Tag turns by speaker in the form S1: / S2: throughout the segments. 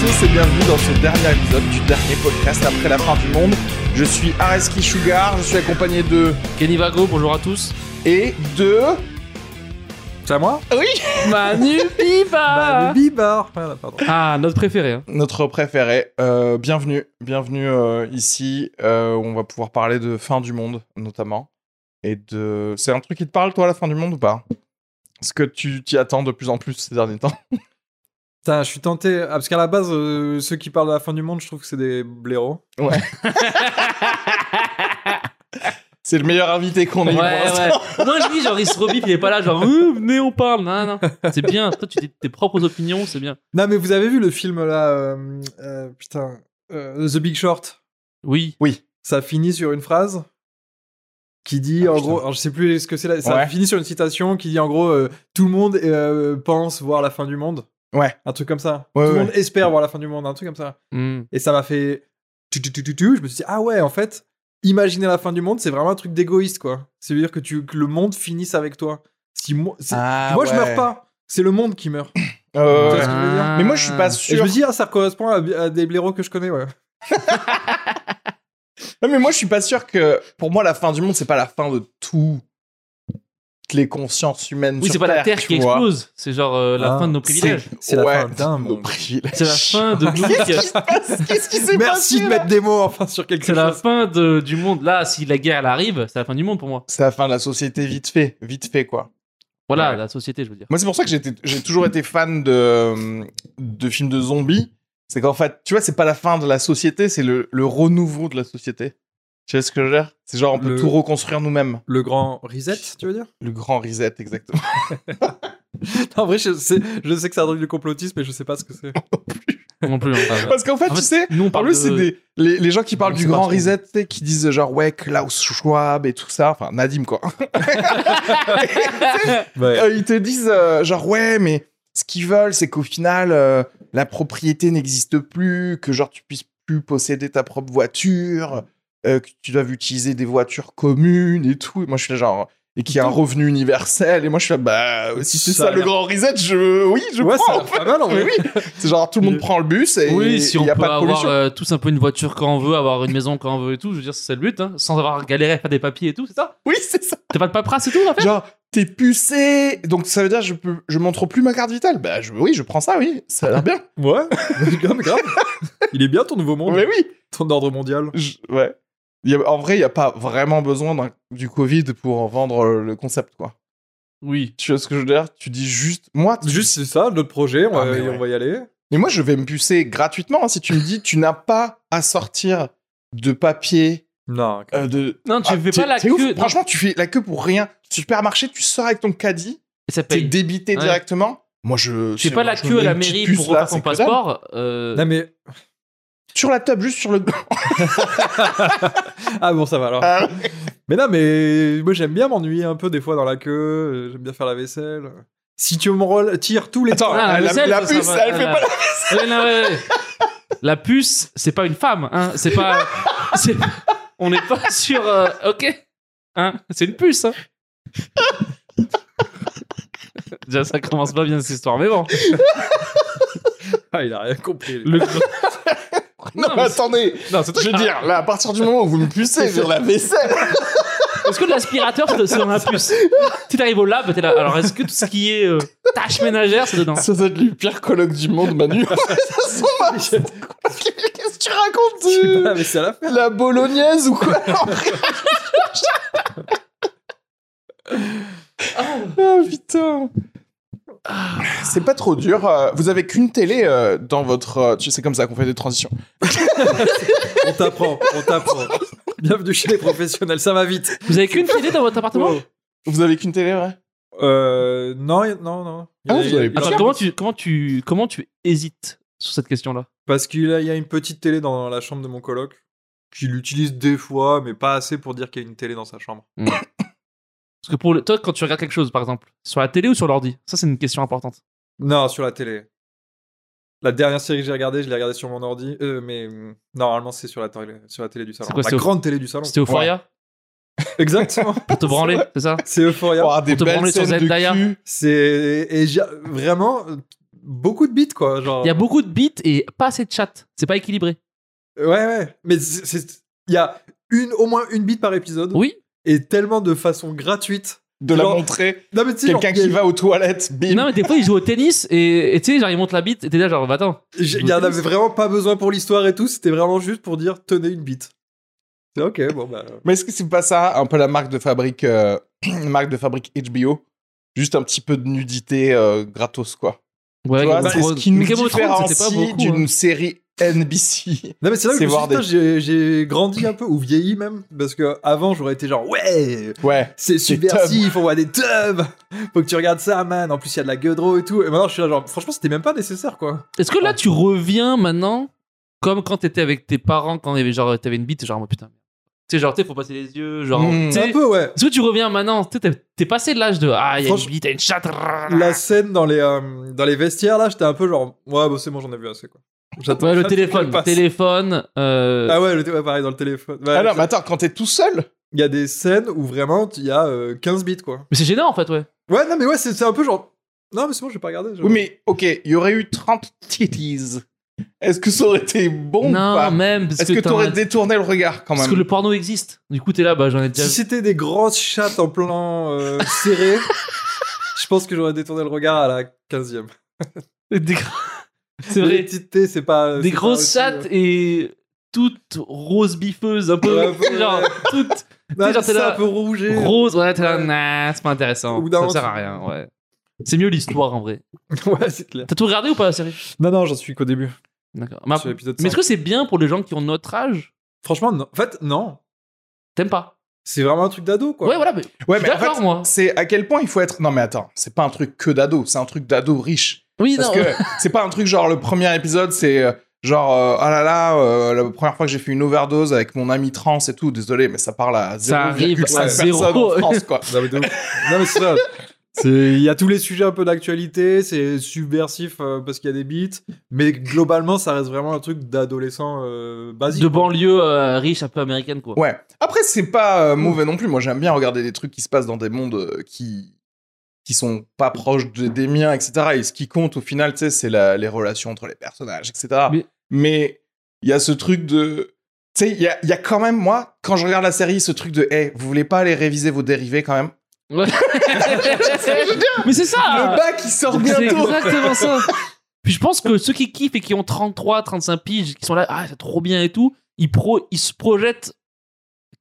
S1: tous et bienvenue dans ce dernier épisode du dernier podcast après la fin du monde. Je suis Areski Sugar, je suis accompagné de
S2: Kenny Vago, bonjour à tous.
S1: et de
S3: C'est à moi
S2: Manu
S3: Bah,
S2: Piva
S3: le bibar Voilà, pardon.
S2: Ah, notre préféré. hein.
S1: notre préféré. Euh, bienvenue, bienvenue euh, ici. Euh, on va pouvoir parler de fin du monde notamment et de. C'est un truc qui te parle toi la fin du monde ou pas Est-ce que tu t'y attends de plus en plus ces derniers temps
S3: Putain, je suis tenté. Ah, parce qu'à la base, euh, ceux qui parlent de la fin du monde, je trouve que c'est des blaireaux.
S1: C'est le meilleur invité qu'on ait
S2: Ouais,
S1: eu pour l'instant.
S2: ouais. Non, je dis, genre, il se rebiffe, il est pas là, genre, Ouh, venez, on parle. Non, non, non. C'est bien. Toi, tu dis tes propres opinions, c'est bien.
S3: Non, mais vous avez vu le film là euh, euh, Putain. euh, The Big Short.
S2: Oui.
S3: Ça finit sur une phrase qui dit
S1: Ah,
S3: en
S1: putain.
S3: gros. alors, je sais plus ce que c'est là. Ça
S1: Ouais.
S3: finit sur une citation qui dit en gros euh, Tout le monde euh, pense voir la fin du monde.
S1: Ouais.
S3: Un truc comme ça.
S1: Ouais,
S3: tout le
S1: ouais.
S3: monde espère voir la fin du monde. Un truc comme ça.
S2: Hmm.
S3: Et ça m'a fait. tu, tu, tu, tu, tu. Je me suis dit, ah ouais, en fait, imaginer la fin du monde, c'est vraiment un truc d'égoïste, quoi. C'est-à-dire que, tu, que le monde finisse avec toi. Si moi, c'est-
S1: Ah
S3: moi je meurs pas, c'est le monde qui meurt.
S1: Euh,
S3: Tu vois ce que je veux dire
S1: Mais moi je suis pas
S3: Et je
S1: sûr.
S3: me dis, ah, ça correspond à, à des blaireaux que je connais, ouais.
S1: Non, mais moi, je suis pas sûr que. Pour moi, la fin du monde, c'est pas la fin de toutes les consciences humaines.
S2: Oui,
S1: sur
S2: c'est pas la Terre
S1: tu
S2: qui
S1: vois.
S2: explose, c'est genre euh, la
S3: Ah,
S2: fin de nos
S1: C'est-
S2: privilèges.
S3: C'est la
S1: ouais,
S3: fin d'un
S1: nos
S3: monde.
S1: privilèges.
S2: C'est la fin de
S1: Qu'est-ce qui
S2: Goonies.
S1: se passe Qu'est-ce qui s'est
S3: Merci
S1: passé
S3: de
S1: là
S3: mettre des mots enfin sur quelque
S2: C'est
S3: chose.
S2: la fin de- du monde. Là, si la guerre elle arrive, c'est la fin du monde pour moi.
S1: C'est la fin de la société, vite fait. Vite fait, quoi.
S2: Voilà,
S1: Ouais.
S2: la société, je veux dire.
S1: Moi, c'est pour ça que j'étais- j'ai toujours été fan de, de films de zombies. C'est qu'en fait, tu vois, c'est pas la fin de la société, c'est le, le renouveau de la société. Tu sais ce que je veux dire C'est genre, on peut
S3: Le-
S1: tout reconstruire nous-mêmes.
S3: Le grand reset, tu veux dire
S1: Le grand reset, exactement.
S3: En vrai, je sais, je sais que c'est un truc de complotisme, mais je sais pas ce que c'est.
S2: Non plus. hein.
S1: Parce qu'en fait,
S2: En
S1: tu
S2: fait,
S1: sais,
S2: Nous, on
S1: Par
S2: parle
S1: le, c'est
S2: de...
S1: des- les, les gens qui parlent
S2: On
S1: du
S2: sait pas
S1: grand
S2: trop.
S1: reset, tu sais, qui disent genre ouais, Klaus Schwab et tout ça, enfin Nadim quoi.
S3: Bah,
S1: Euh, ils te disent euh, genre ouais, mais ce qu'ils veulent, c'est qu'au final, euh, la propriété n'existe plus, que genre tu puisses plus posséder ta propre voiture, euh, que tu doives utiliser des voitures communes et tout. Et moi je suis là genre et qui a un revenu universel et moi je suis là bah si c'est
S3: Ça
S1: ça,
S3: a
S1: le
S3: l'air-
S1: grand reset, je oui, je
S3: ouais,
S1: prends.
S3: ça a pas mal en
S1: Mais
S3: vrai.
S1: oui, c'est genre tout le monde prend le bus et il
S2: Oui, si on
S1: y a
S2: peut
S1: pas de
S2: avoir
S1: pollution.
S2: euh, tous un peu une voiture quand on veut, avoir une maison quand on veut et tout, je veux dire, c'est le but, hein, sans avoir galéré à faire des papiers et tout, c'est ça
S1: Oui, c'est ça.
S2: T'as pas de paperasse et tout, en fait
S1: Genre, t'es pucé, donc ça veut dire je peux, je montre plus ma carte vitale. Bah je- oui, je prends ça, oui, ça a l'air bien.
S3: Ouais, grave, grave. Il est bien ton nouveau monde,
S1: Mais oui,
S3: ton ordre mondial.
S1: je- ouais. Il y a- en vrai, il n'y a pas vraiment besoin d'un- du Covid pour vendre euh, le le concept, quoi.
S2: Oui.
S1: Tu vois ce que je veux dire Tu dis juste, moi, tu-
S3: Juste, c'est ça, notre projet, on,
S1: Ah,
S3: va,
S1: mais
S3: on
S1: ouais.
S3: va y aller.
S1: mais moi je vais me pucer gratuitement hein, si tu me dis tu n'as pas à sortir de papier,
S3: Non,
S1: euh, de.
S2: Non, tu
S1: Ah,
S2: fais
S1: t'es-
S2: pas la
S1: t'es
S2: queue.
S1: ouf.
S2: non,
S1: Franchement, tu fais la queue pour rien. Supermarché, tu sors avec ton caddie,
S2: et ça
S1: t'es
S2: paye.
S1: débité
S2: Ouais.
S1: directement. Moi je.
S2: Tu
S1: c'est-
S2: fais pas la
S1: je me
S2: queue à
S1: mets
S2: la
S1: une petite
S2: mairie
S1: puce,
S2: pour
S1: là,
S2: refaire
S1: c'est
S2: ton
S1: que dalle.
S2: passeport. euh,
S3: Non, mais.
S1: Sur la table, juste sur le.
S3: Ah bon, ça va alors.
S1: Ah,
S3: Mais non, mais moi j'aime bien m'ennuyer un peu des fois dans la queue, euh, j'aime bien faire la vaisselle. Si tu me rel- tires tous les
S1: Attends,
S2: Ah,
S1: la,
S2: mais celle,
S1: la
S2: ça
S1: puce,
S2: sera pas-
S1: elle fait
S2: ah,
S1: pas la...
S2: ouais, non, ouais, ouais. La puce, c'est pas une femme, hein, c'est pas. c'est- On n'est pas sur. euh, ok hein, C'est une puce, hein. Déjà, ça commence pas bien cette histoire, mais bon.
S3: Ah, il a rien compris.
S2: Le-
S1: Non, mais
S2: mais-
S1: attendez
S2: Non, c'est toi
S1: Je veux
S2: qui-
S1: dire, là, à partir du moment où vous me pucez sur la vaisselle...
S2: Est-ce que l'aspirateur, c'est c'est dans la puce Si t'arrives au lab, t'es là. Alors, est-ce que tout ce qui est euh, tâches ménagères, c'est dedans
S1: Ça doit être le pire colloque du monde, Manu. Ça sent ma- Qu'est-ce que tu racontes
S3: Je sais pas,
S1: tu-
S3: Ah, mais c'est à la fin.
S1: La bolognaise ou quoi Ah putain C'est pas trop dur. euh, Vous avez qu'une télé euh, dans votre... euh, Tu sais, c'est comme ça qu'on fait des transitions.
S3: On t'apprend, on t'apprend. Bienvenue chez les professionnels, ça va vite.
S2: Vous avez qu'une télé dans votre appartement
S3: Wow.
S1: Vous avez qu'une télé, ouais
S3: Euh, non, y- non, non. Il
S1: Ah,
S3: y a-
S1: vous
S3: il y a-
S1: avez pas-
S2: Attends, comment tu, comment, tu, comment tu hésites sur cette question-là
S3: Parce qu'il y a il y a une petite télé dans la chambre de mon coloc. Qu'il utilise des fois, mais pas assez pour dire qu'il y a une télé dans sa chambre.
S2: Parce que pour le, toi, quand tu regardes quelque chose, par exemple, sur la télé ou sur l'ordi Ça, c'est une question importante.
S3: Non, sur la télé. La dernière série que j'ai regardée, je l'ai regardée sur mon ordi. euh, mais hum, normalement, c'est sur la, télé, sur la télé du salon.
S2: C'est quoi,
S3: la
S2: c'est au-
S3: grande télé du salon.
S2: C'était Euphoria
S3: Exactement.
S2: Pour te branler, c'est ça
S3: c'est Euphoria.
S1: Oh, des
S2: te branler
S1: belles
S2: sur
S1: scènes de
S2: Zendaya.
S1: cul.
S3: C'est et j'ai- vraiment beaucoup de bits, quoi. Genre...
S2: Il y a beaucoup de bits et pas assez de chat. C'est pas équilibré.
S3: Ouais, ouais. Mais c'est- c'est- il y a une, au moins une bite par épisode.
S2: Oui.
S3: Et tellement de façon gratuite.
S1: De la
S3: Genre-
S1: montrer,
S3: Non, mais tu sais, genre,
S1: quelqu'un qui va aux toilettes, bim.
S2: Non, mais des fois, ils jouent au tennis et et tu sais, genre, ils montent la bite et t'es là, genre, bah, attends.
S3: j'ai- il y en avait vraiment pas besoin pour l'histoire et tout. C'était vraiment juste pour dire tenez une bite. C'est ok, bon bah.
S1: Mais est-ce que c'est pas ça un peu la marque de fabrique, euh, marque de fabrique HBO Juste un petit peu de nudité euh, gratos, quoi.
S2: Ouais,
S1: tu vois,
S2: Game of
S1: c'est ce
S2: Thrones-
S1: qui
S2: mais
S1: nous
S2: Game of Thrones, c'était pas
S1: différencie
S2: beaucoup, hein.
S1: d'une série NBC.
S3: Non mais c'est là
S1: C'est
S3: que je me suis dit,
S1: voir des-
S3: putain, j'ai j'ai grandi un peu ou vieilli même parce que avant j'aurais été genre ouais
S1: Ouais.
S3: c'est subversif on voit des tubs faut que tu regardes ça man en plus il y a de la gueudreau et tout et maintenant je suis là genre franchement c'était même pas nécessaire quoi
S2: Est-ce que là, tu reviens maintenant comme quand t'étais avec tes parents, quand il y avait, genre, t'avais une bite, genre, oh, putain. Tu sais, genre, tu sais, faut passer les yeux, genre.
S1: Mm.
S2: tu
S3: C'est
S2: sais,
S3: un peu ouais
S2: Est-ce que tu reviens maintenant Tu sais, T'es t'es passé de l'âge de Ah, il y a une
S3: Franch-
S2: bite, t'as une chatte.
S3: la scène dans les euh, dans les vestiaires là j'étais un peu genre ouais bah c'est bon j'en ai vu assez quoi J'attends-
S2: Ouais, le
S3: j'attends
S2: téléphone,
S3: qu'elle passe.
S2: téléphone. euh, bah
S3: ah ouais, le t- ouais, pareil dans le téléphone Ouais,
S1: Ah non, mais attends, quand t'es tout seul
S3: il y a des scènes où vraiment il y a euh, 15 bits quoi
S2: Mais c'est gênant en fait, ouais.
S3: ouais non mais ouais c'est c'est un peu genre non mais c'est bon j'ai pas regardé je-
S1: Oui, mais ok, il y aurait eu 30 titties. Est-ce que ça aurait été bon ou
S2: non,
S1: pas
S2: même. Parce
S1: Est-ce que
S2: t'as-
S1: t'aurais détourné le regard quand
S2: Parce
S1: même
S2: que le porno existe. Du coup, t'es là, bah j'en ai déjà
S3: Si c'était des grosses chattes en plan euh, serré, je pense que j'aurais détourné le regard à la 15e.
S2: vu. Des gros- C'est vrai.
S3: Les petites thés, c'est pas.
S2: Des
S3: c'est pas
S2: grosses
S3: aussi,
S2: chattes
S3: euh,
S2: et toutes roses biffeuses, un peu.
S3: Ouais, un peu,
S2: genre,
S3: ouais.
S2: toutes
S3: non,
S2: genre, t'es
S3: ça,
S2: là,
S3: un peu rougé.
S2: roses. Ouais, t'es là,
S3: Ouais.
S2: nah, c'est pas
S3: Au
S2: intéressant.
S3: bout d'un
S2: Ça
S3: moment,
S2: sert
S3: tu-
S2: à rien, ouais. C'est mieux l'histoire en vrai.
S3: ouais, c'est clair.
S2: T'as tout regardé ou pas la série
S3: Non, non, j'en suis qu'au début.
S2: D'accord. Mais,
S3: Sur l'épisode
S2: Ah, mais est-ce
S3: 5.
S2: que c'est bien pour les gens qui ont notre âge
S3: Franchement, non. en fait, non.
S2: T'aimes pas
S3: C'est vraiment un truc d'ado, quoi.
S2: Ouais, voilà. Mais...
S1: Ouais,
S2: je
S1: mais
S2: suis
S1: en fait,
S2: d'accord, moi.
S1: c'est à quel point il faut être. Non, mais attends, c'est pas un truc que d'ado, c'est un truc d'ado riche.
S2: Oui,
S1: Parce
S2: non.
S1: que c'est pas un truc genre le premier épisode, c'est euh, genre euh, ah là là, euh, la première fois que j'ai fait une overdose avec mon ami trans et tout, désolé, mais ça parle à
S2: Ça arrive
S1: 0,5
S2: à
S1: personnes
S2: zéro.
S1: en France quoi.
S3: Non, mais, de ouf. Non, mais c'est ça. C'est- Il y a tous les sujets un peu d'actualité, c'est subversif euh, parce qu'il y a des beats, mais globalement, ça reste vraiment un truc d'adolescent euh, basique.
S2: De
S3: quoi.
S2: banlieue euh, riche, un peu américaine, quoi.
S1: Ouais. Après c'est pas euh, mauvais non plus. Moi j'aime bien regarder des trucs qui se passent dans des mondes euh, qui qui sont pas proches de- des miens, etc. Et ce qui compte au final, tu sais, c'est la- les relations entre les personnages, etc.
S2: Mais-
S1: Mais il y a ce truc de tu sais, il y a, il y a quand même, moi, quand je regarde la série, ce truc de, hey, vous voulez pas aller réviser vos dérivés quand même
S2: Ouais. mais c'est ça
S1: Le bac, il sort
S2: Ah. C'est
S1: bientôt
S2: exactement ça Puis je pense que ceux qui kiffent et qui ont 33, 35 piges, qui sont là, ah, c'est trop bien et tout, ils, pro, ils se projettent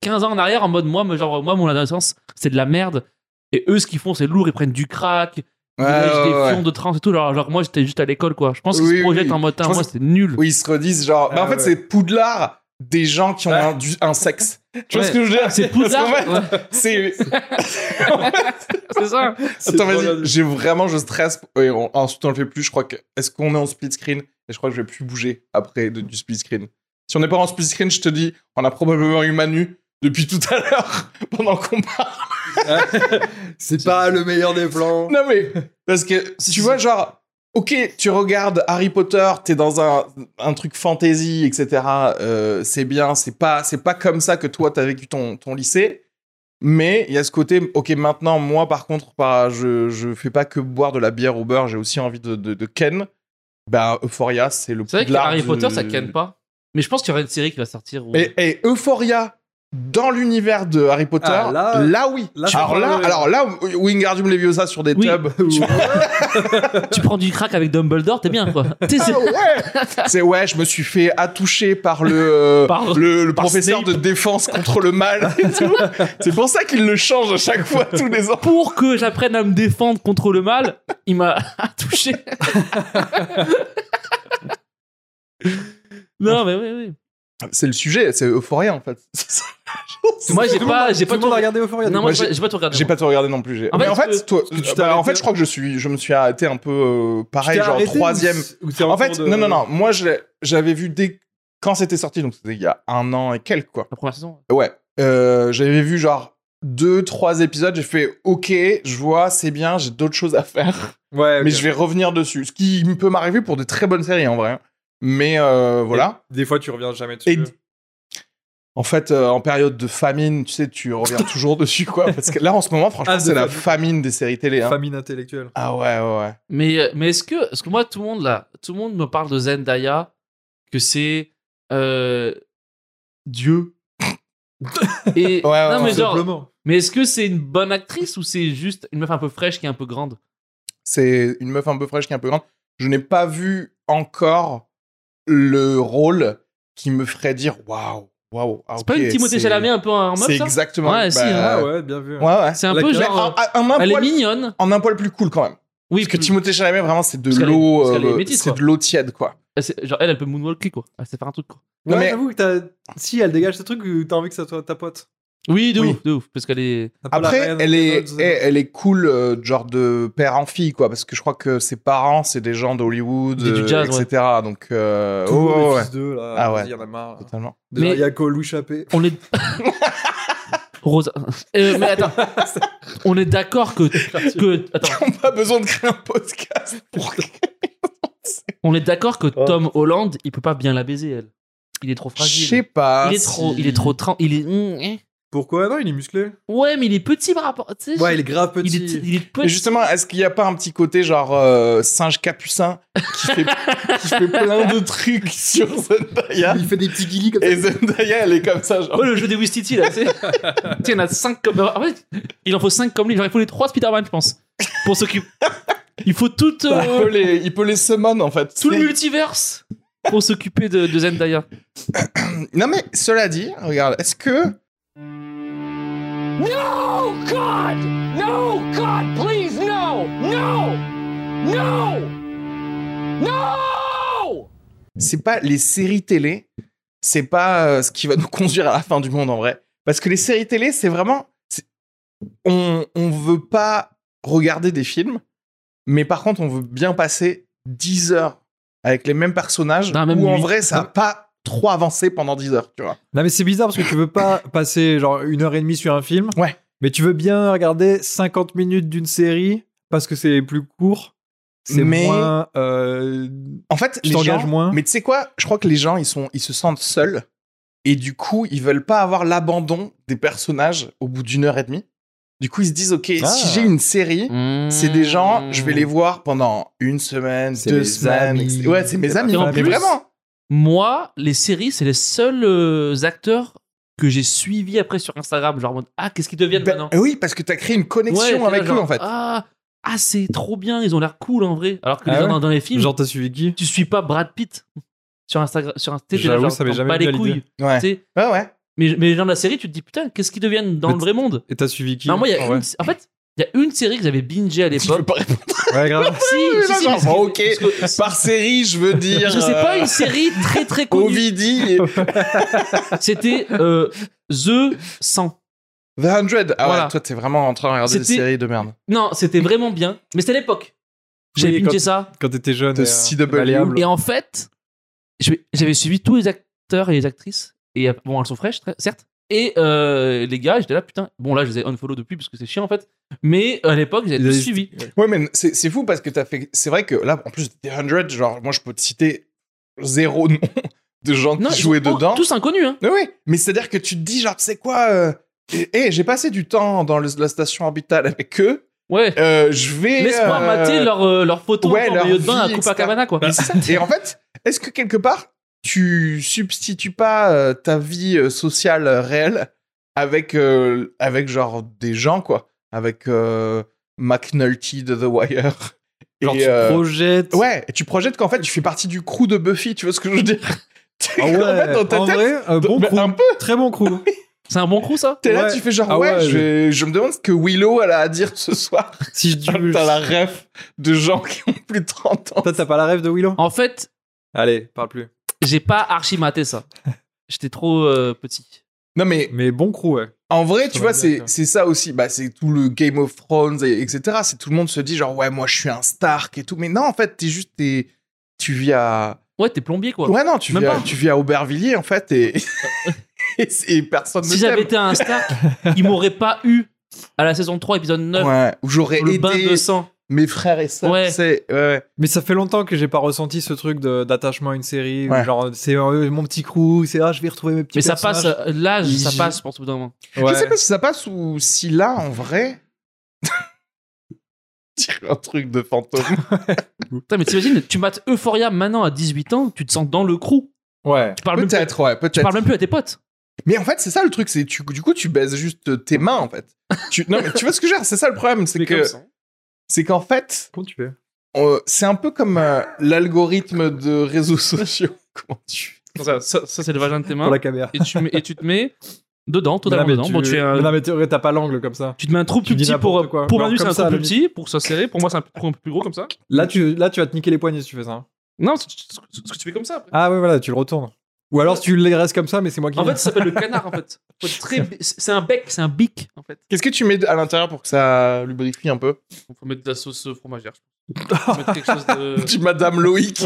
S2: 15 ans en arrière en mode, moi, me- genre, moi mon adolescence, c'est de la merde. Et eux, ce qu'ils font, c'est lourd, ils prennent du crack, ils
S1: Ouais,
S2: lèchent
S1: ouais,
S2: des
S1: ouais.
S2: fions de trans et tout. Alors, genre, moi, j'étais juste à l'école, quoi. Je pense qu'ils
S1: Oui,
S2: se
S1: oui.
S2: projettent en mode,
S1: Je
S2: Tain,
S1: pense
S2: moi, c'est nul.
S1: Oui, ils se redisent genre. bah, en
S3: Ah
S1: fait,
S3: ouais.
S1: c'est Poudlard des gens qui ont un, du- un sexe. Tu vois
S2: Ouais.
S1: ce que je veux dire
S2: C'est
S1: Parce qu'en
S2: Poudlard,
S1: fait,
S2: ouais,
S1: C'est.
S2: c'est ça.
S3: C'est
S1: Attends,
S3: trop
S1: vas-y.
S3: drôle.
S1: J'ai vraiment, je stresse. Et on, ensuite, on le fait plus. Je crois que. Est-ce qu'on est en split screen Et je crois que je vais plus bouger après de- du split screen. Si on n'est pas en split screen, je te dis, on a probablement eu Manu depuis tout à l'heure pendant qu'on parle.
S3: c'est pas le meilleur des plans.
S1: Non mais parce que
S2: Si,
S1: tu
S2: si.
S1: vois genre. Ok, tu regardes Harry Potter, t'es dans un, un truc fantasy, etc. euh, c'est bien, c'est pas c'est pas comme ça que toi t'as vécu ton, ton lycée. Mais il y a ce côté, ok, maintenant moi par contre, par, je je fais pas que boire de la bière au beurre, j'ai aussi envie de, de, de ken. Bah Euphoria, c'est le.
S2: C'est vrai que
S1: poudlard
S2: Harry
S1: du-
S2: Potter, ça canne pas. Mais je pense qu'il y aura une série qui va sortir. où-
S1: Et, et Euphoria dans l'univers de Harry Potter,
S3: Ah,
S1: là,
S3: là-
S1: oui.
S3: là, je
S1: alors
S3: prends
S1: là,
S3: le-
S1: alors là, Wingardium Leviosa sur des
S2: Oui.
S1: tubs.
S2: tu prends du crack avec Dumbledore, t'es bien quoi. T'es- c'est-
S1: Ah ouais C'est ouais, je me suis fait attoucher par le euh,
S2: Par-
S1: le, le
S2: par
S1: professeur
S2: Snape.
S1: de défense contre le mal. et tout. C'est pour ça qu'il le change à chaque fois tous les ans.
S2: Pour que j'apprenne à me défendre contre le mal, il m'a touché. non mais oui oui.
S1: C'est le sujet, c'est Euphoria en fait.
S2: Moi j'ai
S3: Tout le
S2: pas
S3: monde-
S2: j'ai pas
S3: tout le monde
S2: tout.
S3: a regardé Euphoria.
S2: Non
S3: du
S1: Moi,
S2: moi j'ai j'ai pas tout regardé.
S1: J'ai pas tout regardé non plus. j'ai-
S2: En
S1: Mais
S2: fait,
S1: en fait,
S2: euh,
S1: toi-
S3: tu t'es
S1: bah, en
S3: arrêté
S1: fait, je crois que je suis, je me suis arrêté un peu euh,
S3: Tu t'es
S1: pareil, genre
S3: arrêté ou-
S1: troisième.
S3: ou t'es
S1: En fait,
S3: cours de-
S1: non non non, moi je- j'avais vu dès quand c'était sorti, donc c'était il y a un an et quelques quoi.
S2: La première saison.
S1: Ouais. Euh, j'avais vu genre deux, trois épisodes. J'ai fait OK, je vois, c'est bien, j'ai d'autres choses à faire.
S3: Ouais, ok.
S1: Mais je vais revenir dessus. Ce qui peut m'arriver pour des très bonnes séries en vrai. Mais euh, voilà.
S3: Des fois, tu reviens jamais dessus.
S1: Et, En fait, euh, en période de famine, tu sais, tu reviens toujours dessus, quoi. Parce que là, en ce moment, franchement,
S3: Ah, de
S1: c'est la
S3: famine.
S1: famine des séries télé. hein.
S3: Famine intellectuelle.
S1: Ah ouais, ouais, ouais.
S2: Mais, euh, mais est-ce que, est-ce que moi, tout le monde là, tout le monde me parle de Zendaya, que c'est euh, Dieu. Et,
S1: Ouais, ouais,
S2: non, mais
S1: ouais.
S2: genre,
S3: Simplement.
S2: mais est-ce que c'est une bonne actrice ou c'est juste une meuf un peu fraîche qui est un peu grande
S1: C'est une meuf un peu fraîche qui est un peu grande. Je n'ai pas vu encore le rôle qui me ferait dire waouh, waouh. ah,
S2: C'est pas
S1: ok,
S2: une Timothée
S1: c'est-
S2: Chalamet un peu en meuf
S1: C'est
S2: ça
S1: exactement.
S2: Ouais, si,
S1: bah,
S3: Ah ouais, bien vu.
S1: ouais, ouais.
S2: C'est un
S3: La
S2: peu
S3: classe.
S1: Mais
S2: genre.
S1: un- un- un
S2: Elle est
S1: poil-
S2: mignonne.
S1: en un poil plus cool quand même.
S2: Oui,
S1: Parce que
S2: plus-
S1: Timothée Chalamet, vraiment, c'est de
S2: Parce qu'elle est-
S1: l'eau.
S2: parce qu'elle est
S1: euh,
S2: métisse,
S1: C'est
S2: quoi.
S1: de l'eau tiède, quoi.
S2: elle, c'est- genre, elle, elle peut moonwalker quoi. Elle sait faire un truc quoi.
S1: Non,
S3: Ouais,
S1: mais-
S3: j'avoue que t'as- si elle dégage ce truc, où t'as envie que ça soit ta pote.
S2: Oui, de
S1: Oui.
S2: ouf, de ouf. Parce qu'elle est.
S3: T'as pas la
S1: Après,
S3: Ryan
S1: elle est,
S3: Reynolds,
S1: eh, elle est cool, euh, genre de père en fille, quoi. Parce que je crois que ses parents, c'est des gens d'Hollywood,
S2: Et du
S1: euh,
S2: jazz, ouais.
S1: etc. Donc, euh,
S3: tous
S1: oh,
S3: les
S1: ouais,
S3: fils d'eux, là.
S1: Ah ouais.
S3: vas-y, y en a marre.
S1: totalement.
S3: Déjà,
S2: Mais-
S3: il y a quoi, Louis Chappé
S2: On est. Rosa. Euh, mais attends. On est d'accord que, que. Attends.
S1: Pas besoin de créer un podcast pour.
S2: On est d'accord que
S3: Oh.
S2: Tom Holland, il peut pas bien la baiser, elle. Il est trop
S1: Je
S2: fragile.
S1: sais pas.
S2: il est
S1: si-
S2: trop, il est trop tran- il est. mm, eh.
S3: Pourquoi Non, il est musclé.
S2: Ouais, mais il est petit par rapport. tu sais,
S3: Ouais, il est grave
S2: il
S3: petit.
S2: est, il est
S1: Mais
S2: petit.
S1: justement, est-ce qu'il n'y a pas un petit côté genre euh, singe capucin qui fait, qui fait plein de trucs sur Zendaya
S3: Il fait des petits guillis comme ça.
S1: Et Zendaya, elle est comme ça, genre.
S2: Oh, le jeu des Wistiti là, tu sais. Tu sais, il y en a 5 comme. En fait, il en faut 5 comme lui. Genre, il faut les 3 Spider-Man, je pense. Pour s'occuper. Il faut tout, euh,
S1: Il peut les, il peut les summon en fait.
S2: tout le
S1: C'est-
S2: multiverse pour s'occuper de, de Zendaya.
S1: Non mais cela dit, regarde, est-ce que
S4: No, Oh God! No, God, please, no! No! No! No!
S1: c'est pas les séries télé, c'est pas euh, ce qui va nous conduire à la fin du monde en vrai. Parce que les séries télé, c'est vraiment. c'est- On, on veut pas regarder des films, mais par contre, on veut bien passer 10 heures avec les mêmes personnages,
S2: Dans la même
S1: où en
S2: nuit.
S1: vrai, ça a pas trop avancé pendant 10 heures, tu vois.
S3: Non mais c'est bizarre parce que tu veux pas passer genre une heure et demie sur un film.
S1: Ouais.
S3: Mais tu veux bien regarder 50 minutes d'une série parce que c'est plus court. C'est
S1: Mais-
S3: moins. euh,
S1: En fait,
S3: Tu
S1: les
S3: t'engages
S1: gens-
S3: moins.
S1: Mais tu sais quoi Je crois que les gens, ils, sont, ils se sentent seuls. Et du coup, ils veulent pas avoir l'abandon des personnages au bout d'une heure et demie. Du coup, ils se disent, OK,
S3: Ah.
S1: si j'ai une série, c'est des gens, je
S2: Hmm.
S1: vais les voir pendant une semaine,
S3: C'est
S1: deux
S3: mes
S1: semaines.
S3: amis.
S1: etc. Ouais, c'est mes
S3: C'est
S1: amis.
S2: ma
S1: Mais
S2: famille.
S1: vraiment
S2: Hmm. Moi, les séries, c'est les seuls euh, acteurs que j'ai suivis après sur Instagram. Genre, en mode, ah, qu'est-ce qu'ils deviennent
S1: Ben,
S2: maintenant
S1: Oui, parce que tu as créé une
S2: Ouais,
S1: connexion
S2: t'es là,
S1: avec eux,
S2: genre,
S1: en fait.
S2: Ah, ah, c'est trop bien, ils ont l'air cool en vrai. Alors que les
S3: Ah
S2: gens
S3: ouais
S2: dans, dans les films,
S3: Genre t'as suivi qui
S2: tu suis pas Brad Pitt sur Instagram, sur Insta, t'es là,
S3: J'avoue,
S2: genre,
S3: ça m'est
S2: t'en
S3: jamais
S2: bats
S3: venu
S2: les
S3: à
S2: couilles.
S3: l'idée.
S1: Ouais.
S2: tu sais.
S1: ouais, ouais.
S2: Mais, mais les gens de la série, tu te dis putain, qu'est-ce qu'ils deviennent dans
S3: Mais
S2: le
S3: t-
S2: vrai monde
S3: Et t'as suivi qui
S2: Non, moi, il y a
S3: en
S2: une-
S3: vrai
S2: en fait, il y a une série que j'avais bingée à
S1: Tu veux
S2: l'époque.
S1: pas répondre
S3: Ouais, grave.
S2: si,
S1: là,
S2: si, si,
S1: genre,
S2: parce que-
S1: bon, ok.
S2: parce que-
S1: Par série, je veux dire.
S2: Je sais pas,
S1: euh,
S2: une série très très connue.
S1: Ovidi et
S2: C'était euh, The 100.
S1: The 100. Ah
S2: Voilà.
S1: ouais, toi, t'es vraiment en train de regarder des
S2: C'était-
S1: séries de merde.
S2: Non, c'était vraiment bien, mais c'était à l'époque. J'avais
S3: Oui,
S2: bingé
S3: quand-
S2: ça.
S3: Quand t'étais jeune.
S1: De
S3: et, euh,
S1: CW.
S3: malléable.
S2: Et en fait, je- j'avais suivi tous les acteurs et les actrices. Et euh, bon, elles sont fraîches, très- certes. Et euh, les gars, j'étais là, putain. Bon, là, je les ai unfollow depuis parce que c'est chiant en fait. Mais à l'époque, j'avais
S3: Ils
S2: tout
S3: avaient-
S2: suivi.
S1: Ouais, mais c'est c'est fou parce que t'as fait. C'est vrai que là, en plus, The 100, genre, moi, je peux te citer zéro nom de gens
S2: Non,
S1: qui
S2: ils
S1: jouaient
S2: sont- oh,
S1: dedans.
S2: Tous inconnus, hein.
S1: Oui, oui, mais c'est-à-dire que tu te dis, genre, tu sais quoi euh, eh, eh, j'ai passé du temps dans le- la station orbitale avec eux.
S2: Ouais.
S1: euh, je vais.
S2: Laisse-moi
S1: euh,
S2: mater leurs euh, leurs photos
S1: ouais,
S2: en
S1: leur
S2: maillot de bain à
S1: vie,
S2: Copacabana, quoi.
S1: Mais c'est ça. Et en fait, est-ce que quelque part, tu substitues pas euh, ta vie euh, sociale euh, réelle avec, euh, avec genre des gens, quoi Avec euh, McNulty de The Wire.
S3: Genre
S1: Et,
S3: tu
S1: euh,
S3: projettes.
S1: Ouais, et tu projettes qu'en fait, tu fais partie du crew de Buffy, tu vois ce que je veux dire T'es
S3: Ah ouais,
S1: qu'en fait, dans ta
S3: en
S1: tête,
S3: vrai, un bon
S1: mais
S3: crew.
S1: un peu,
S3: Très bon crew.
S2: C'est un bon coup, ça.
S1: t'es là,
S3: Ouais.
S1: tu fais genre,
S3: Ah
S1: ouais,
S3: ouais,
S1: je, vais- je me demande ce que Willow elle a à dire ce soir.
S3: si je dis.
S1: T'as la ref de gens qui ont plus de 30 ans.
S3: Toi, t'as pas la rêve de Willow
S2: En fait,
S3: Allez, parle plus.
S2: j'ai pas archimaté ça. J'étais trop euh, petit.
S1: Non, mais
S3: Mais bon crew, ouais.
S1: En vrai, tu vois,
S3: va bien,
S1: c'est
S3: quoi.
S1: c'est ça aussi. Bah, c'est tout le Game of Thrones, et- etc. C'est tout le monde se dit genre ouais, moi je suis un Stark et tout. Mais non, en fait, t'es juste t'es- tu vis à
S2: Ouais, t'es plombier, quoi.
S1: ouais non, tu
S2: Même
S1: vis à,
S2: pas.
S1: tu vis à Aubervilliers en fait et et, c'est- et personne
S2: Si
S1: ne
S2: j'avais
S1: t'aime.
S2: été un Stark, ils m'auraient pas eu à la saison 3, épisode 9,
S1: Ouais, ou j'aurais
S2: le bain
S1: aidé
S2: de sang.
S1: mes frères et sœurs.
S2: Ouais.
S1: C'est ouais, ouais.
S3: Mais ça fait longtemps que j'ai pas ressenti ce truc de- d'attachement à une série. où
S1: Ouais.
S3: Genre, c'est euh, mon petit crew, c'est ah, je vais retrouver mes petits
S2: Mais ça
S3: personnages.
S2: passe, euh, l'âge,
S1: Ils-
S2: ça passe, je pense, au bout d'un moment.
S3: Ouais.
S1: Je sais pas si ça passe ou si là, en vrai. Dire un truc de fantôme.
S2: Putain, mais t'imagines, tu mates Euphoria maintenant à 18 ans, tu te sens dans le crew.
S3: Ouais.
S2: Tu parles, même plus, à-
S1: Peut-être, ouais,
S2: tu
S1: peut-être.
S2: parles même plus à tes potes.
S1: Mais en fait, c'est ça le truc, c'est tu, du coup, tu baises juste tes mains, en fait. Tu, non, mais tu vois ce que je veux dire, c'est ça le problème, c'est
S2: Mais
S1: que
S2: comme ça.
S1: c'est qu'en fait,
S3: Comment tu fais
S1: on- c'est un peu comme euh, l'algorithme de réseaux sociaux. Comment tu
S2: Ça, ça- ça, c'est le vagin de tes mains.
S3: Pour la caméra.
S2: Et, tu mets- et tu te mets dedans, totalement
S3: Mais non, mais
S2: dedans. Bon, tu es un-
S3: mais non, mais tu- t'as pas l'angle comme ça.
S2: Tu te mets un trou
S3: Tu
S2: plus
S3: dis
S2: petit
S3: n'importe
S2: pour,
S3: quoi.
S2: pour
S3: Alors,
S2: Manu, c'est
S3: comme
S2: un
S3: ça,
S2: trou
S3: à la
S2: plus petit, pour ça serrer. Pour moi, c'est un trou un peu plus gros comme ça.
S3: Là tu, là, tu vas te niquer les poignets si tu fais ça. hein.
S2: Non, c'est ce que- ce que tu fais comme ça après.
S3: Ah ouais, voilà, tu le retournes. Ou alors tu les restes comme ça, mais c'est moi qui.
S2: En fait, ça s'appelle le canard en fait. Faut être très bi- C'est un bec, c'est un bic en fait.
S1: Qu'est-ce que tu mets à l'intérieur pour que ça lubrifie un peu
S2: Faut mettre de la sauce euh, fromagère. Faut mettre quelque chose de.
S1: Petit Madame Loïc.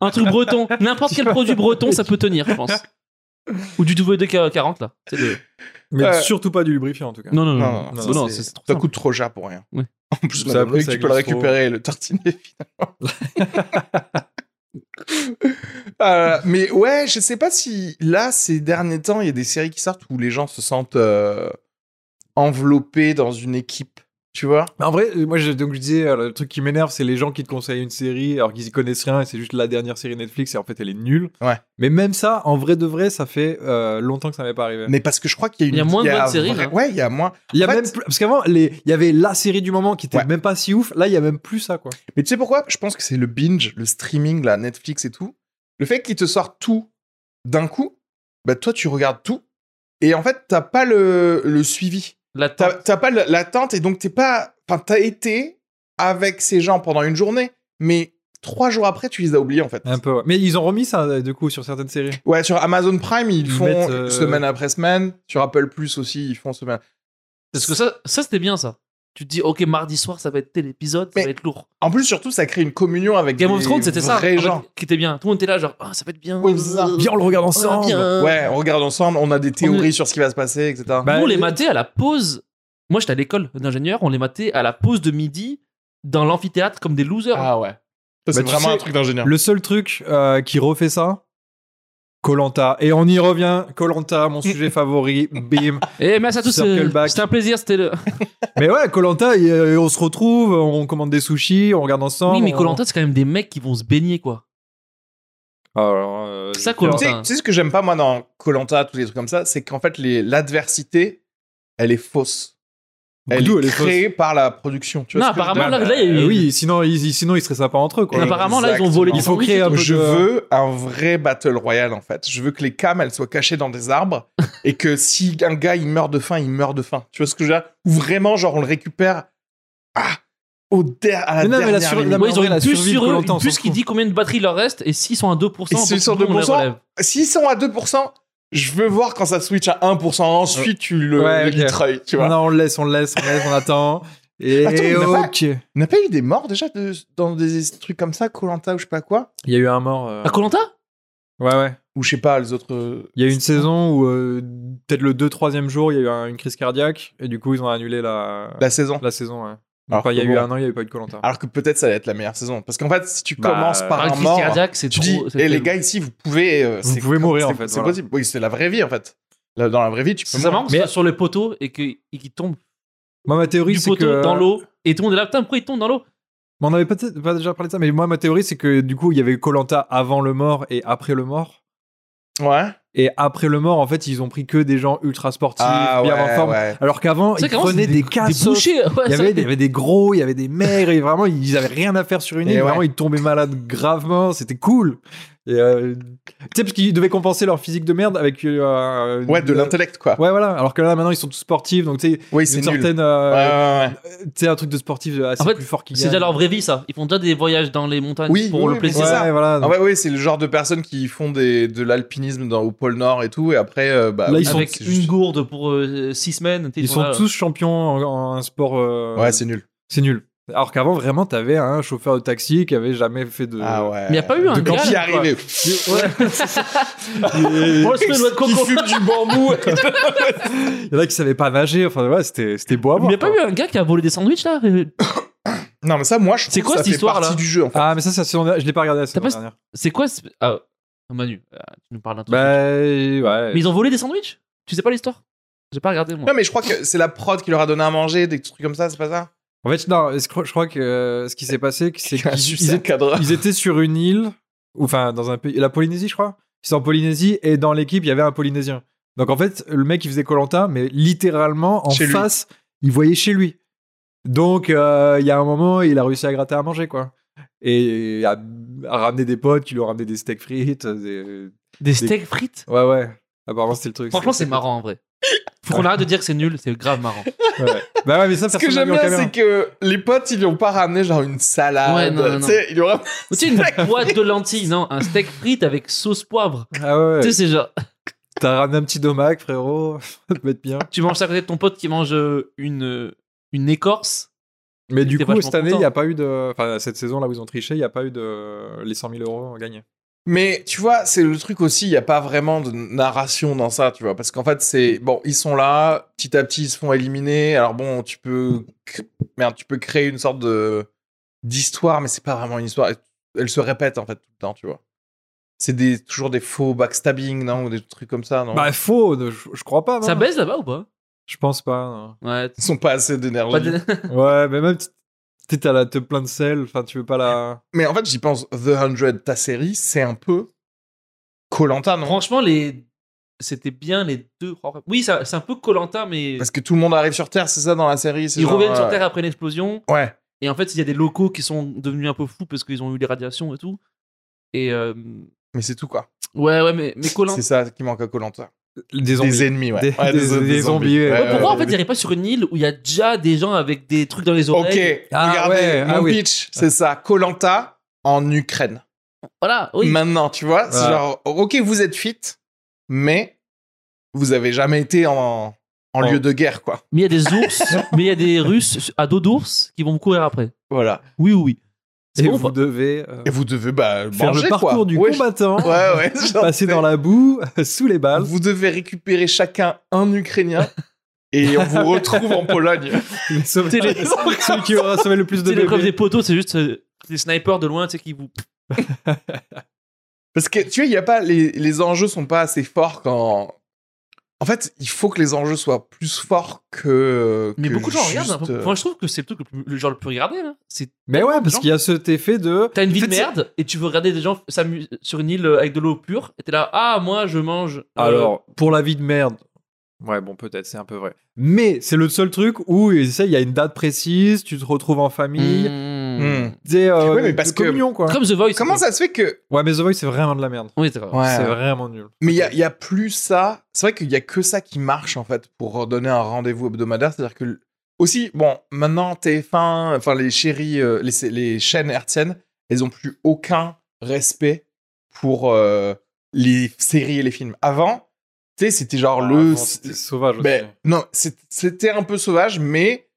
S2: Un truc breton. N'importe quel produit breton, ça peut tenir, je pense. Ou du WD-40 là. C'est le-
S3: mais
S1: Euh.
S3: surtout pas du lubrifiant en tout cas.
S2: Non, non,
S1: Non,
S2: non.
S1: non,
S2: Non,
S3: ça,
S2: non,
S1: c'est-
S2: c'est trop
S1: ça
S2: simple.
S1: coûte trop cher pour rien.
S2: Ouais.
S1: En plus,
S3: Ça,
S1: Madame
S3: après,
S1: Loïc,
S3: ça
S1: tu peux le
S3: glace trop.
S1: récupérer et le tartiner, finalement. Euh, mais ouais, je sais pas si là, ces derniers temps, il y a des séries qui sortent où les gens se sentent euh, enveloppés dans une équipe, tu vois
S3: Mais en vrai, euh, moi, je, donc je disais, euh, le truc qui m'énerve, c'est les gens qui te conseillent une série alors qu'ils y connaissent rien et c'est juste la dernière série Netflix et en fait elle est nulle.
S1: Ouais.
S3: Mais même ça, en vrai de vrai, ça fait euh, longtemps que ça m'est pas arrivé.
S1: Mais parce que je crois qu'il y a une.
S2: Il y a moins de bonnes séries, hein.
S1: vrai-
S2: là.
S1: Ouais, il y a moins.
S3: Il y
S1: En
S3: a
S1: fait-
S3: même plus- parce qu'avant, les- il y avait la série du moment qui était
S1: Ouais.
S3: même pas si ouf. Là, il y a même plus ça quoi.
S1: Mais tu sais pourquoi Je pense que c'est le binge, le streaming, la Netflix et tout. Le fait qu'ils te sortent tout d'un coup, bah toi tu regardes tout et en fait t'as pas le, le suivi,
S2: La
S1: t'as
S2: tarte.
S1: t'as pas le- l'attente et donc t'es pas, enfin t'as été avec ces gens pendant une journée, mais trois jours après tu les as oubliés en fait.
S3: Un peu. ouais. Mais ils ont remis ça euh, du coup sur certaines séries.
S1: Ouais, sur Amazon Prime ils,
S3: Ils
S1: font
S3: mettent, euh,
S1: semaine après semaine, sur Apple Plus aussi ils font semaine.
S2: Parce que ça, ça c'était bien ça. Tu te dis, ok, mardi soir, ça va être tel épisode, ça
S1: Mais-
S2: va être lourd.
S1: En plus surtout ça crée une communion avec
S2: Game
S1: des
S2: of Thrones, c'était ça.
S1: vrais
S2: en fait,
S1: gens.
S2: Qui était bien. Tout le monde était là, genre, ah, ça va être bien.
S1: Ouais, c'est ça.
S2: Euh,
S3: Viens, on le regarde
S2: ah,
S3: ensemble.
S2: bien.
S1: Ouais, on regarde ensemble, on a des théories sur ce qui va se passer, etc.
S3: Bah,
S2: Nous, on les
S3: les-
S2: matait à la pause. Moi, j'étais à l'école d'ingénieur, on les matait à la pause de midi dans l'amphithéâtre comme des losers.
S1: Ah ouais. Ça, C'est
S3: Bah, tu
S1: vraiment
S3: sais-
S1: un truc d'ingénieur.
S3: Le seul truc euh, qui refait ça, Colanta. Et on y revient. Colanta, mon sujet favori. Bim.
S2: Et merci à tous.
S3: Circle
S2: euh,
S3: back.
S2: C'était un plaisir. C'était le.
S3: Mais ouais, Colanta, euh, on se retrouve, on commande des sushis, on regarde ensemble.
S2: oui, mais
S3: on-
S2: Colanta, c'est quand même des mecs qui vont se baigner, quoi.
S3: Alors, euh,
S2: Ça,
S3: je-
S2: Koh-Lanta.
S1: Tu sais, tu sais ce que j'aime pas, moi, dans Colanta, tous les trucs comme ça, c'est qu'en fait, les- l'adversité, elle est fausse. Elle
S3: D'où
S1: est, créée par la production. Tu vois
S2: Non,
S1: ce que je veux
S2: apparemment,
S1: dire
S2: là, là, il y a-
S3: Euh, oui, sinon ils, ils- sinon ils seraient sympas entre eux. Quoi.
S1: Et-
S2: Apparemment, là, ils ont
S1: Exactement.
S2: volé. des
S1: Il
S3: faut
S2: sandwichs
S3: créer
S2: et
S3: un
S2: tout.
S3: peu
S1: Je
S3: de-
S1: veux un vrai battle royale, en fait. Je veux que les cams, elles soient cachées dans des arbres et que si un gars, il meurt de faim, il meurt de faim. Tu vois ce que je veux dire Ou vraiment, genre, on le récupère ah, au der à la
S3: Mais non, mais la
S1: dernière
S3: sur-
S1: minute.
S3: la-
S2: Ouais, ils
S3: en
S2: ont
S3: vrai,
S2: une puce
S3: survie de
S2: sur eux,
S3: Koh-Lanta, on
S2: une puce
S3: s'en
S2: qui
S3: fout.
S2: dit combien de batterie il leur reste et s'ils sont à 2%,
S1: Et s'ils
S2: donc
S1: sont à
S2: tout le monde les
S1: 2%,
S2: relève.
S1: S'ils sont à 2%, je veux voir quand ça switch à 1%. Ensuite, tu le,
S3: Ouais,
S1: le
S3: ok.
S1: mitrailles, tu vois.
S3: Non, on le laisse, on le laisse, on le laisse, on attend. Et
S1: Attends, il y en a pas
S3: ok. Il
S1: On n'a pas eu des morts déjà de- dans des trucs comme ça, Colanta ou je sais pas quoi
S3: y a eu un mort. euh,
S2: À Colanta
S3: Ouais, ouais.
S1: Ou je sais pas, les autres. euh,
S3: Il y a eu une saison où, euh, peut-être le 2-3ème jour, il y a eu un- une crise cardiaque. Et du coup, ils ont annulé la,
S1: La saison.
S3: la saison. Ouais.
S1: Alors,
S3: Enfin, il y a
S1: que
S3: eu
S1: bon.
S3: un an, il n'y avait pas eu de Colanta.
S1: Alors que peut-être ça va être la meilleure saison. Parce qu'en fait, si tu
S3: Bah,
S1: commences par
S2: Par
S1: un
S2: crise
S1: mort,
S2: cardiaque, c'est
S1: tu
S2: trop.
S1: dis,
S2: c'est
S1: et les
S2: terrible.
S1: gars ici, vous pouvez. euh,
S3: Vous
S1: c'est-
S3: pouvez mourir, en
S1: c'est-
S3: fait,
S1: C'est
S3: voilà.
S1: possible. Oui, c'est la vraie vie en fait. Là, dans la vraie vie, tu peux
S2: C'est marrant,
S1: mourir.
S2: mais sur les poteaux et que- et qu'ils tombent
S3: Moi, ma théorie,
S2: du
S3: c'est
S2: poteau
S3: que. Oh,
S2: dans l'eau. Et tout le monde est là, putain, pourquoi ils tombent dans l'eau
S3: Mais on avait peut-être pas déjà parlé de ça, mais moi, ma théorie, c'est que du coup, il y avait Colanta avant le mort et après le mort.
S1: Ouais.
S3: Et après le mort, en fait, ils ont pris que des gens ultra sportifs,
S1: Ah
S3: bien en
S1: ouais,
S3: forme.
S1: ouais.
S3: Alors qu'avant,
S2: C'est
S3: ils
S2: vrai qu'avant,
S3: prenaient
S2: c'était
S3: des,
S2: Des
S3: cassos.
S2: bouchées, ouais,
S3: Il y,
S2: ça,
S3: avait, il y avait des gros, il y avait des maigres, et vraiment, ils avaient rien à faire sur une
S1: Et
S3: île.
S1: ouais.
S3: Vraiment, ils tombaient malades gravement, c'était cool. Et, euh, tu sais, parce qu'ils devaient compenser leur physique de merde avec. euh,
S1: Ouais, de
S3: une-
S1: l'intellect quoi.
S3: Ouais, voilà. Alors que là, maintenant, ils sont tous sportifs, donc tu sais,
S1: Oui, c'est
S3: une
S1: nul.
S3: certaine. euh,
S1: Ouais, ouais, ouais.
S3: Tu sais, un truc de sportif assez
S2: En fait,
S3: plus fort qu'ils
S2: C'est déjà leur vraie vie, ça. Ils font déjà des voyages dans les montagnes
S1: Oui,
S2: pour
S1: oui,
S2: le
S1: oui,
S2: plaisir.
S1: mais c'est ça.
S3: Ouais, voilà.
S1: Ah ouais, oui, c'est le genre de personnes qui font des, de l'alpinisme dans- au pôle Nord et tout, et après, euh, bah,
S3: Là,
S1: oui,
S3: ils sont-
S2: Avec
S1: c'est
S2: une
S1: juste-
S2: gourde pour 6 semaines. tu sais,
S3: Ils sont
S2: là,
S3: tous champions en, en un sport. euh,
S1: Ouais, c'est nul.
S3: c'est nul. Alors qu'avant, vraiment, t'avais un chauffeur de taxi qui avait jamais fait de.
S1: Ah ouais.
S2: euh, Mais y a pas eu un
S1: de quand
S2: gars,
S1: il est
S3: là,
S1: arrivé.
S3: Ouais.
S2: Moi, je fais une noix de
S1: Qui
S2: coco.
S1: fume du bambou.
S3: Il y en a qui savaient pas nager. Enfin, ouais, c'était c'était beau à
S2: Mais
S3: voir.
S2: y a pas
S3: quoi.
S2: eu un gars qui a volé des sandwichs là Euh,
S1: non, mais ça, moi, je
S2: C'est
S1: trouve
S2: quoi
S1: que ça
S2: cette
S1: fait
S2: histoire,
S1: partie
S2: là
S1: du jeu. en fait.
S3: Ah, mais ça, c'est la saison dernière. Je l'ai pas regardé la saison
S2: pas-
S3: dernière.
S2: C'est quoi ce- Ah, Manu, euh, tu nous parles d'un truc.
S3: Bah, ouais.
S2: Mais ils ont volé des sandwichs Tu sais pas l'histoire J'ai pas regardé moi.
S1: Non, mais je crois que c'est la prod qui leur a donné à manger, des trucs comme ça, c'est pas ça
S3: En fait, non, je crois, je crois que euh, ce qui s'est passé, c'est
S1: Qui a
S3: qu'ils
S1: sucé
S3: ils
S1: le cadreur.
S3: ils étaient sur une île, ou enfin dans un pays, la Polynésie, je crois. Ils sont en Polynésie et dans l'équipe, il y avait un Polynésien. Donc en fait, le mec, il faisait Colanta, mais littéralement en
S1: Chez lui.
S3: face, il voyait chez lui. Donc euh, il y a un moment, il a réussi à gratter à manger, quoi. Et à, à ramener des potes qui lui ont ramené des steaks frites. des-
S2: Des steaks frites
S3: Ouais, ouais. Apparemment, c'était le truc.
S2: Franchement, c'est marrant en vrai. Faut qu'on arrête de dire que c'est nul, c'est grave marrant.
S3: Ouais, ouais. Bah ouais, mais ça,
S1: Ce que
S3: personne l'a
S1: j'aime
S3: mis en
S1: bien,
S3: caméra.
S1: c'est que les potes, ils lui ont pas ramené genre une salade.
S2: Ouais, non, non, non.
S1: Tu sais, ils lui ont ramené-
S2: Ou Tu sais, une boîte de lentilles, non Un steak frites avec sauce poivre.
S3: Ah ouais,
S2: Tu
S3: ouais.
S2: sais, c'est genre,
S3: T'as ramené un petit domac, frérot. ça peut être bien.
S2: tu manges ça à côté de ton pote qui mange euh, une, euh, une écorce.
S3: Mais du
S2: T'es
S3: coup,
S2: vachement
S3: cette année, il
S2: content.
S3: n'y a pas eu de. Enfin, cette saison là où ils ont triché, il n'y a pas eu de. Les 100 000 euros gagnés.
S1: Mais tu vois, c'est le truc aussi, il n'y a pas vraiment de narration dans ça, tu vois. Parce qu'en fait, c'est. Bon, ils sont là, petit à petit, ils se font éliminer. Alors bon, tu peux. cr- Merde, tu peux créer une sorte de. d'histoire, mais c'est pas vraiment une histoire. Elle se répète, en fait, tout le temps, tu vois. C'est des, toujours des faux backstabbing, non Ou des trucs comme ça, non
S3: Bah, faux, ne- je, je crois pas. Non
S2: Ça baise là-bas ou pas
S3: Je pense pas.
S2: Ouais.
S1: Ils sont pas assez d'énergie.
S2: Pas de-
S3: non. ouais, mais même. t- T'es t'as la te plein de sel, enfin, tu veux pas la.
S1: Mais en fait, j'y pense, The 100, ta série, c'est un peu. Colanta, non
S2: Franchement, les... c'était bien les deux. Oh, Oui, ça- c'est un peu Colanta, mais
S1: Parce que tout le monde arrive sur Terre, c'est ça dans la série c'est
S2: ils
S1: genre,
S2: reviennent sur
S1: euh,
S2: Terre après une explosion.
S1: Ouais.
S2: Et en fait, il y a des locaux qui sont devenus un peu fous parce qu'ils ont eu des radiations et tout. Et euh,
S1: Mais c'est tout, quoi.
S2: ouais, ouais, mais, mais Colanta.
S1: C'est ça qui manque à Colanta.
S3: Des zombies.
S1: Des ennemis, ouais.
S3: Des-
S1: Ouais,
S3: des- des zombies, ouais. Ouais,
S2: Pourquoi
S3: Euh,
S2: en fait, il n'y pas sur une île où il y a déjà des gens avec des trucs dans les
S1: Ok,
S2: oreilles
S3: Ah,
S1: regardez,
S3: ouais,
S1: mon
S3: ah oui.
S1: pitch, c'est ça. Colanta en Ukraine.
S2: Voilà, oui.
S1: Maintenant, tu vois, c'est
S3: Ouais.
S1: genre, ok, vous êtes fit, mais vous avez jamais été en, en lieu de guerre, quoi.
S2: Mais il y a des ours, mais il y a des Russes à dos d'ours qui vont me courir après.
S1: Voilà.
S2: Oui, oui, oui. C'est
S3: Et
S2: bon ou
S3: vous
S2: pas
S3: devez euh,
S1: Et vous devez, bah,
S3: faire
S1: manger,
S3: le
S1: quoi.
S3: parcours du
S1: Ouais,
S3: combattant,
S1: je- Ouais, ouais. genre,
S3: passer
S1: c'est-
S3: dans la boue, sous les balles.
S1: Vous devez récupérer chacun un Ukrainien et on vous retrouve en Pologne.
S3: Mais sauver-
S2: C'est les-
S3: Celui qui aura sauvé le plus de
S2: C'est l'épreuve des
S3: bébés.
S2: poteaux, c'est juste euh, des snipers de loin, tu sais, qui vous.
S1: Parce que tu vois, il y a pas les, les enjeux sont pas assez forts quand. En fait, il faut que les enjeux soient plus forts que.
S2: Mais
S1: que
S2: beaucoup de gens regardent.
S1: juste,
S2: hein.
S1: euh,
S2: Moi, je trouve que c'est le truc le, plus- le genre le plus regardé. hein. C'est
S3: Mais ouais, parce
S2: Non.
S3: qu'il y a cet effet de.
S2: T'as une vie
S3: En
S2: de
S3: fait, c'est-
S2: merde et tu veux regarder des gens s'amuser sur une île euh, avec de l'eau pure et t'es là, ah, moi je mange. euh,
S3: Alors, pour la vie de merde. Ouais, bon, peut-être, c'est un peu vrai. Mais c'est le seul truc où ils essayent, il y a une date précise, tu te retrouves en famille.
S2: mm.
S1: hmm.
S3: C'est euh,
S1: Ouais, mais
S3: de
S1: parce que-
S3: communion, quoi.
S2: Comme The Voice.
S1: Comment ça se fait que.
S3: Ouais, mais The Voice, c'est vraiment de la merde.
S2: Oui, c'est vrai.
S1: Ouais.
S3: C'est vraiment nul.
S1: Mais il y a, il y a plus ça. C'est vrai qu'il y a que ça qui marche en fait pour donner un rendez-vous hebdomadaire. C'est-à-dire que l- aussi, bon, maintenant TF1, enfin les chéries, euh, les, sé- les chaînes hertziennes, elles ont plus aucun respect pour euh, les séries et les films. Avant, tu sais, c'était genre le.
S3: Bah, Avant, Ah, c'était sauvage aussi.
S1: Ben, non, c'est- c'était un peu sauvage, mais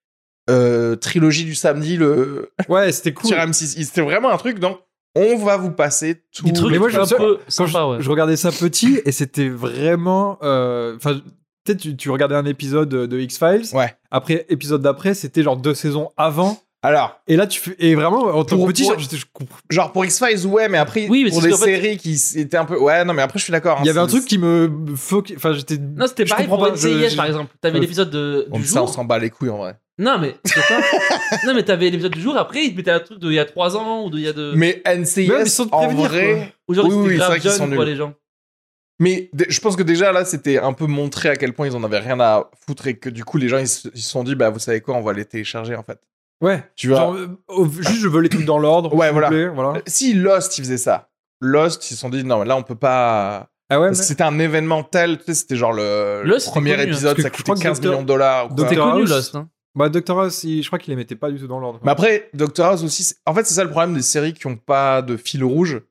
S1: euh, trilogie du samedi le
S2: Ah,
S3: Ouais, c'était cool.
S1: sur M6, Il- c'était vraiment un truc. Donc, on va vous passer tout.
S2: Des trucs
S3: Mais moi,
S2: un
S3: je-
S2: peu
S3: Quand je,
S2: sympa, ouais.
S3: je regardais ça petit et c'était vraiment. euh, Enfin, peut-être tu, tu regardais un épisode de, de X-Files.
S1: Ouais.
S3: Après, épisode d'après, c'était genre deux saisons avant.
S1: Alors,
S3: Et là, tu fais. Et vraiment, en tant que
S1: Pour-
S3: petit,
S1: pour-
S3: genre, j'étais- je comprends-
S1: genre pour X Files, ouais, mais après
S2: Oui, mais
S1: pour
S2: c'est
S1: des
S2: parce qu'en fait-
S1: séries qui étaient un peu. Ouais, non, mais après je suis d'accord. hein,
S3: Il y avait un
S1: c'est-
S3: truc qui me. foc- Enfin, j'étais.
S2: Non, c'était
S3: je
S2: pareil
S3: comprends
S2: pour
S3: pas, je-
S2: NCIS
S3: je-
S2: par exemple. T'avais
S3: Euh,
S2: l'épisode de-
S1: Bon,
S2: du
S1: ça, on
S2: jour.
S1: s'en bat les couilles en vrai.
S2: Non, mais c'est ça. non, mais t'avais l'épisode du jour. Après, ils te mettaient un truc de il y a 3 ans ou de il y a de.
S1: Mais
S3: Même,
S1: NCIS,
S3: ils sont de
S1: en
S3: prévenir,
S1: vrai.
S3: quoi.
S2: Aujourd'hui,
S1: Oui,
S2: c'était
S1: oui, c'est vrai
S2: grave
S1: qu'ils sont
S2: jeune, quoi,
S1: nuls.
S2: les gens.
S1: Mais dé- je pense que déjà là, c'était un peu montré à quel point ils en avaient rien à foutre et que du coup, les gens ils se ils se sont dit, bah vous savez quoi, on va les télécharger en fait.
S3: Ouais.
S1: Tu vois.
S3: Genre, euh, au- juste, je veux les trucs dans l'ordre.
S1: Ouais,
S3: s'il vous
S1: voilà.
S3: plaît, voilà.
S1: Euh, Si Lost, ils faisaient ça. Lost, ils se sont dit, non, mais là, on peut pas.
S3: Ah ouais, mais-
S1: C'était un événement tel, tu sais, c'était genre le, le
S2: Lost, c'était
S1: premier
S2: connu, hein,
S1: épisode,
S3: parce
S1: ça
S3: que je
S1: coûtait
S3: crois que
S1: 15
S3: Doctor-
S1: millions de dollars. ou quoi.
S3: Doctor-
S2: T'es
S3: House.
S2: connu, Lost. hein.
S3: Bah, Doctor House, il- je crois qu'il les mettait
S1: Bah,
S3: pas du tout dans l'ordre.
S1: Mais après, Doctor House aussi, c'est- en fait, c'est ça le problème des séries qui ont pas de fil rouge.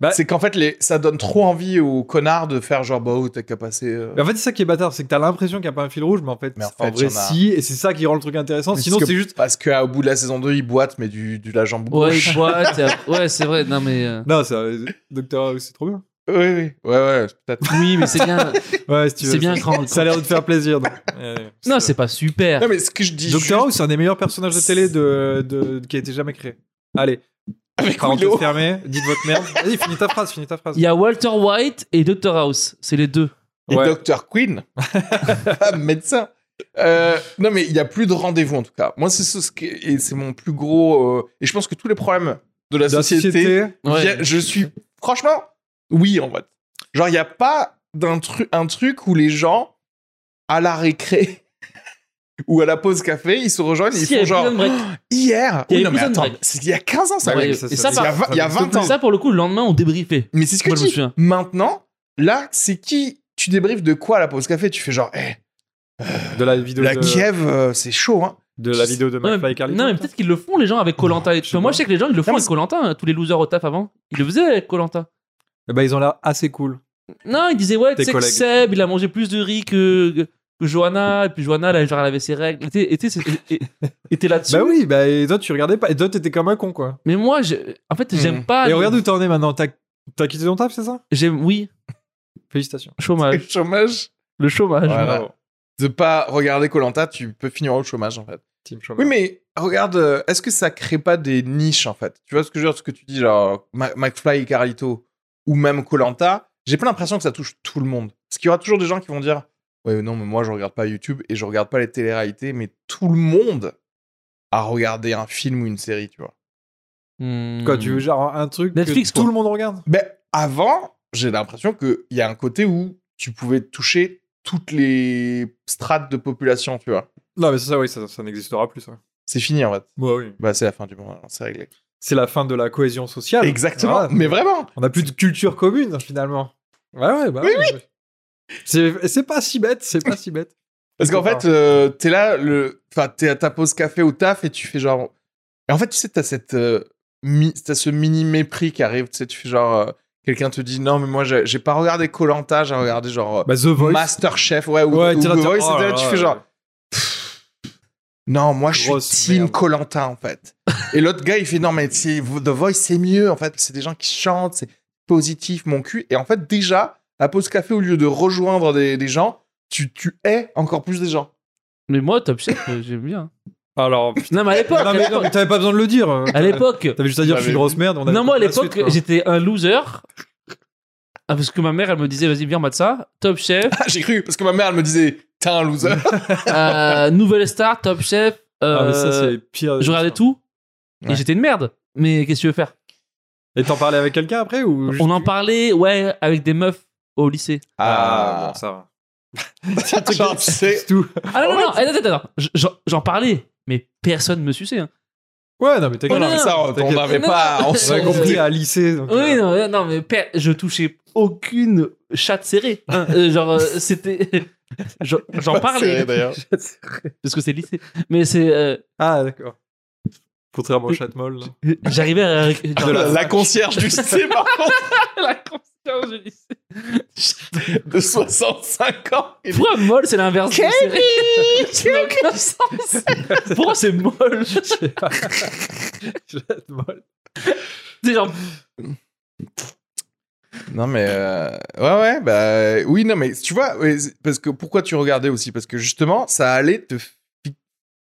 S3: Bah-
S1: c'est qu'en fait, les... ça donne trop envie aux connards de faire genre, bah, oh, t'as qu'à passer. euh,
S3: Mais en fait, c'est ça qui est bâtard, c'est que t'as l'impression qu'il n'y a pas un fil rouge, mais en fait,
S1: Mais en
S3: en,
S1: fait,
S3: vrai,
S1: y'en a-
S3: si, et c'est ça qui rend le truc intéressant.
S1: Parce
S3: Sinon,
S1: que-
S3: c'est juste.
S1: Parce qu'au bout de la saison 2, ils boitent, mais du, du la jambe
S2: Ouais,
S1: gauche.
S2: je vois, t'as- ouais, c'est vrai. Non, mais. euh,
S3: Non, ça, Docteur House, c'est trop bien.
S1: Oui, oui. Ouais, ouais, peut-être.
S2: Oui, mais c'est bien.
S3: Ouais, si tu veux.
S2: C'est bien grand.
S3: Ça a l'air de te faire plaisir. donc. Ouais, ouais.
S2: Non, c'est pas super.
S1: Non, mais ce que je dis.
S3: Docteur House, c'est un des meilleurs personnages de télé de, de- qui a été jamais créé. Allez,
S1: avec
S3: parenthèse
S1: Willow.
S3: fermée, dites votre merde. Vas-y, finis ta phrase, finis ta phrase.
S2: Il y a Walter White et Dr House. C'est les deux.
S1: et
S3: Ouais.
S1: Dr. Queen, femme médecin. Euh, non, mais il n'y a plus de rendez-vous en tout cas. Moi, c'est ce que, et c'est mon plus gros. euh, et je pense que tous les problèmes de la
S3: Dans la
S1: société,
S3: société,
S2: Ouais.
S1: via- je suis franchement, oui, en fait. Genre, il n'y a pas d'un truc, un truc où les gens à la récré ou à la pause café, ils se rejoignent, et
S2: Si,
S1: ils
S2: il y
S1: font
S2: avait
S1: genre
S2: Prison Break.
S1: hier.
S2: Il y
S1: Oui,
S2: avait
S1: non, mais
S2: Prison
S1: attends,
S2: Break.
S1: c'est il y a 15 ans ça.
S2: Ouais,
S1: mec.
S2: et
S3: ça,
S1: Il
S2: ça,
S1: y
S2: par-
S1: a vingt- il y a 20 ans.
S2: Ça, pour le coup, le lendemain, on débriefait.
S1: Mais c'est ce que
S2: Moi,
S1: je
S2: je me
S1: dis.
S2: souviens.
S1: Maintenant, là, c'est qui Tu débriefes de quoi à la pause café Tu fais genre, eh,
S3: de la vidéo
S1: la
S3: de,
S1: Kiev, euh, c'est chaud, hein.
S3: de la vidéo de
S2: Ouais,
S3: McFly et Carlito.
S2: non, mais peut-être qu'ils le font, les gens, avec Colanta.
S3: je sais
S2: moi,
S3: pas.
S2: je sais que les gens, ils le font
S1: mais
S2: avec Colanta. hein, Tous les losers au taf avant, ils le faisaient avec Colanta.
S3: Eh ben, ils ont l'air assez cool.
S2: Non, ils disaient, ouais, tu
S3: Tes
S2: sais que
S3: collègues.
S2: Seb, il a mangé plus de riz que, que Johanna. Et puis Johanna, là, genre, elle avait ses règles. Et t'es- Et t'es- c'est- et- et t'es là-dessus.
S3: Bah oui, bah, et toi, tu regardais pas. Et toi, t'étais comme un con, quoi. Ah,
S2: Mais moi, je... en fait, j'aime
S1: Mhm.
S2: pas.
S3: Hmm. et regarde où t'en es maintenant. T'as t'as quitté ton taf, c'est ça
S2: J'aime, oui,
S3: Félicitations.
S1: Le
S2: chômage.
S1: chômage.
S2: Le chômage.
S1: Voilà.
S3: Bravo.
S1: De pas regarder Colanta, tu peux finir au chômage, en fait.
S3: Team Chômage.
S1: Oui, mais regarde, euh, est-ce que ça crée pas des niches, en fait Tu vois ce que je veux dire, ce que tu dis, genre Ma- McFly et Carlito, ou même Colanta, j'ai pas l'impression que ça touche tout le monde. Parce qu'il y aura toujours des gens qui vont dire, ouais, non, mais moi, je regarde pas YouTube et je regarde pas les téléréalités, mais tout le monde a regardé un film ou une série, tu vois.
S2: Mhm.
S3: Quoi, tu veux genre un truc
S2: Netflix,
S3: que tout
S2: quoi.
S3: le monde regarde
S1: Ben, avant, j'ai l'impression qu'il y a un côté où tu pouvais toucher toutes les strates de population, tu vois.
S3: Non, mais ça, ça, oui, ça, ça n'existera plus, ça.
S1: C'est fini, en fait.
S3: Bah oui.
S1: Bah, c'est la fin du monde, alors, c'est réglé.
S3: C'est la fin de la cohésion sociale.
S1: Exactement,
S3: Voilà.
S1: mais vraiment
S3: On n'a plus de culture commune, finalement. Ouais, ouais, bah
S1: Mais
S3: oui. C'est c'est pas si bête, c'est pas si bête.
S1: Parce qu'en fait, euh, t'es là, le... enfin, t'es à ta pause café au taf et tu fais genre. Et en fait, tu sais, t'as cette. euh, mi- t'as ce mini mépris qui arrive, tu sais, tu fais genre. euh, Quelqu'un te dit non, mais moi, j'ai j'ai pas regardé Colanta, j'ai regardé genre.
S3: Bah, The Voice.
S1: Masterchef, ouais, ou,
S3: ouais,
S1: ou
S3: t'es là,
S1: The
S3: t'es-
S1: Voice,
S3: oh
S1: et
S3: là
S1: là, tu
S3: là.
S1: fais genre. Non, moi je
S3: Grosse
S1: suis team
S3: merde.
S1: Colanta en fait. Et l'autre gars il fait non mais c'est- The Voice c'est mieux en fait, c'est des gens qui chantent, c'est positif mon cul. Et en fait déjà la pause café au lieu de rejoindre des, des gens, tu tu hais encore plus des gens.
S2: Mais moi, Top Chef, euh, j'aime bien.
S3: Alors, putain,
S2: Non, mais à l'époque,
S3: non,
S2: à
S3: mais non, mais
S2: l'époque-
S3: t'avais pas besoin de le dire. euh,
S2: à l'époque,
S3: T'avais juste à dire,
S1: Bah,
S3: je suis une
S1: mais-
S3: grosse merde. on a
S2: non, moi à
S3: la suite,
S2: l'époque,
S3: quoi.
S2: j'étais un loser. Ah, parce que ma mère, elle me disait, vas-y, viens, mate ça. Top Chef,
S1: Ah, J'ai cru parce que ma mère elle me disait t'es un loser.
S2: euh, Nouvelle Star, Top Chef. euh,
S3: Ah, mais ça, c'est les pires.
S2: je regardais tout.
S1: Ouais.
S2: Et j'étais une merde. Mais qu'est-ce que tu veux faire
S3: Et t'en parlais avec quelqu'un après ou juste
S2: On en
S3: tu-
S2: parlait, ouais, avec des meufs au lycée.
S3: Ah, bon, ça va.
S1: Genre, tu sais,
S3: C'est tout.
S2: Ah non, non, non, attends, attends, attends. Je- j'en- J'en parlais, mais personne me suçait. hein.
S3: Ouais, non, mais t'inquiète.
S2: Oh, non,
S1: mais ça on
S3: t'inquiète.
S1: n'avait
S2: Non,
S1: pas,
S2: non.
S1: on
S3: On
S1: s'en
S3: avait compris à lycée. donc,
S2: Oui,
S3: euh,
S2: non, non, non, mais per- je touchais aucune chatte serrée. hein. Euh, genre, euh, c'était. J'en- J'en parlais,
S3: bah.
S1: d'ailleurs.
S2: parce que c'est lycée. Mais c'est. euh,
S3: Ah, d'accord. Contrairement au hein. Chatmol. là.
S2: J'arrivais à.
S3: De la-
S1: La, concierge du lycée par contre
S2: la conscience du lycée.
S1: de 65 ans. Il dit,
S2: Pourquoi molle, c'est l'inverse de serré Ça n'a aucun sens. Pourquoi c'est molle
S3: Chatmol.
S2: C'est genre.
S1: Non mais euh, ouais ouais bah oui non mais tu vois ouais, c'est- parce que pourquoi tu regardais aussi parce que justement ça allait te fi-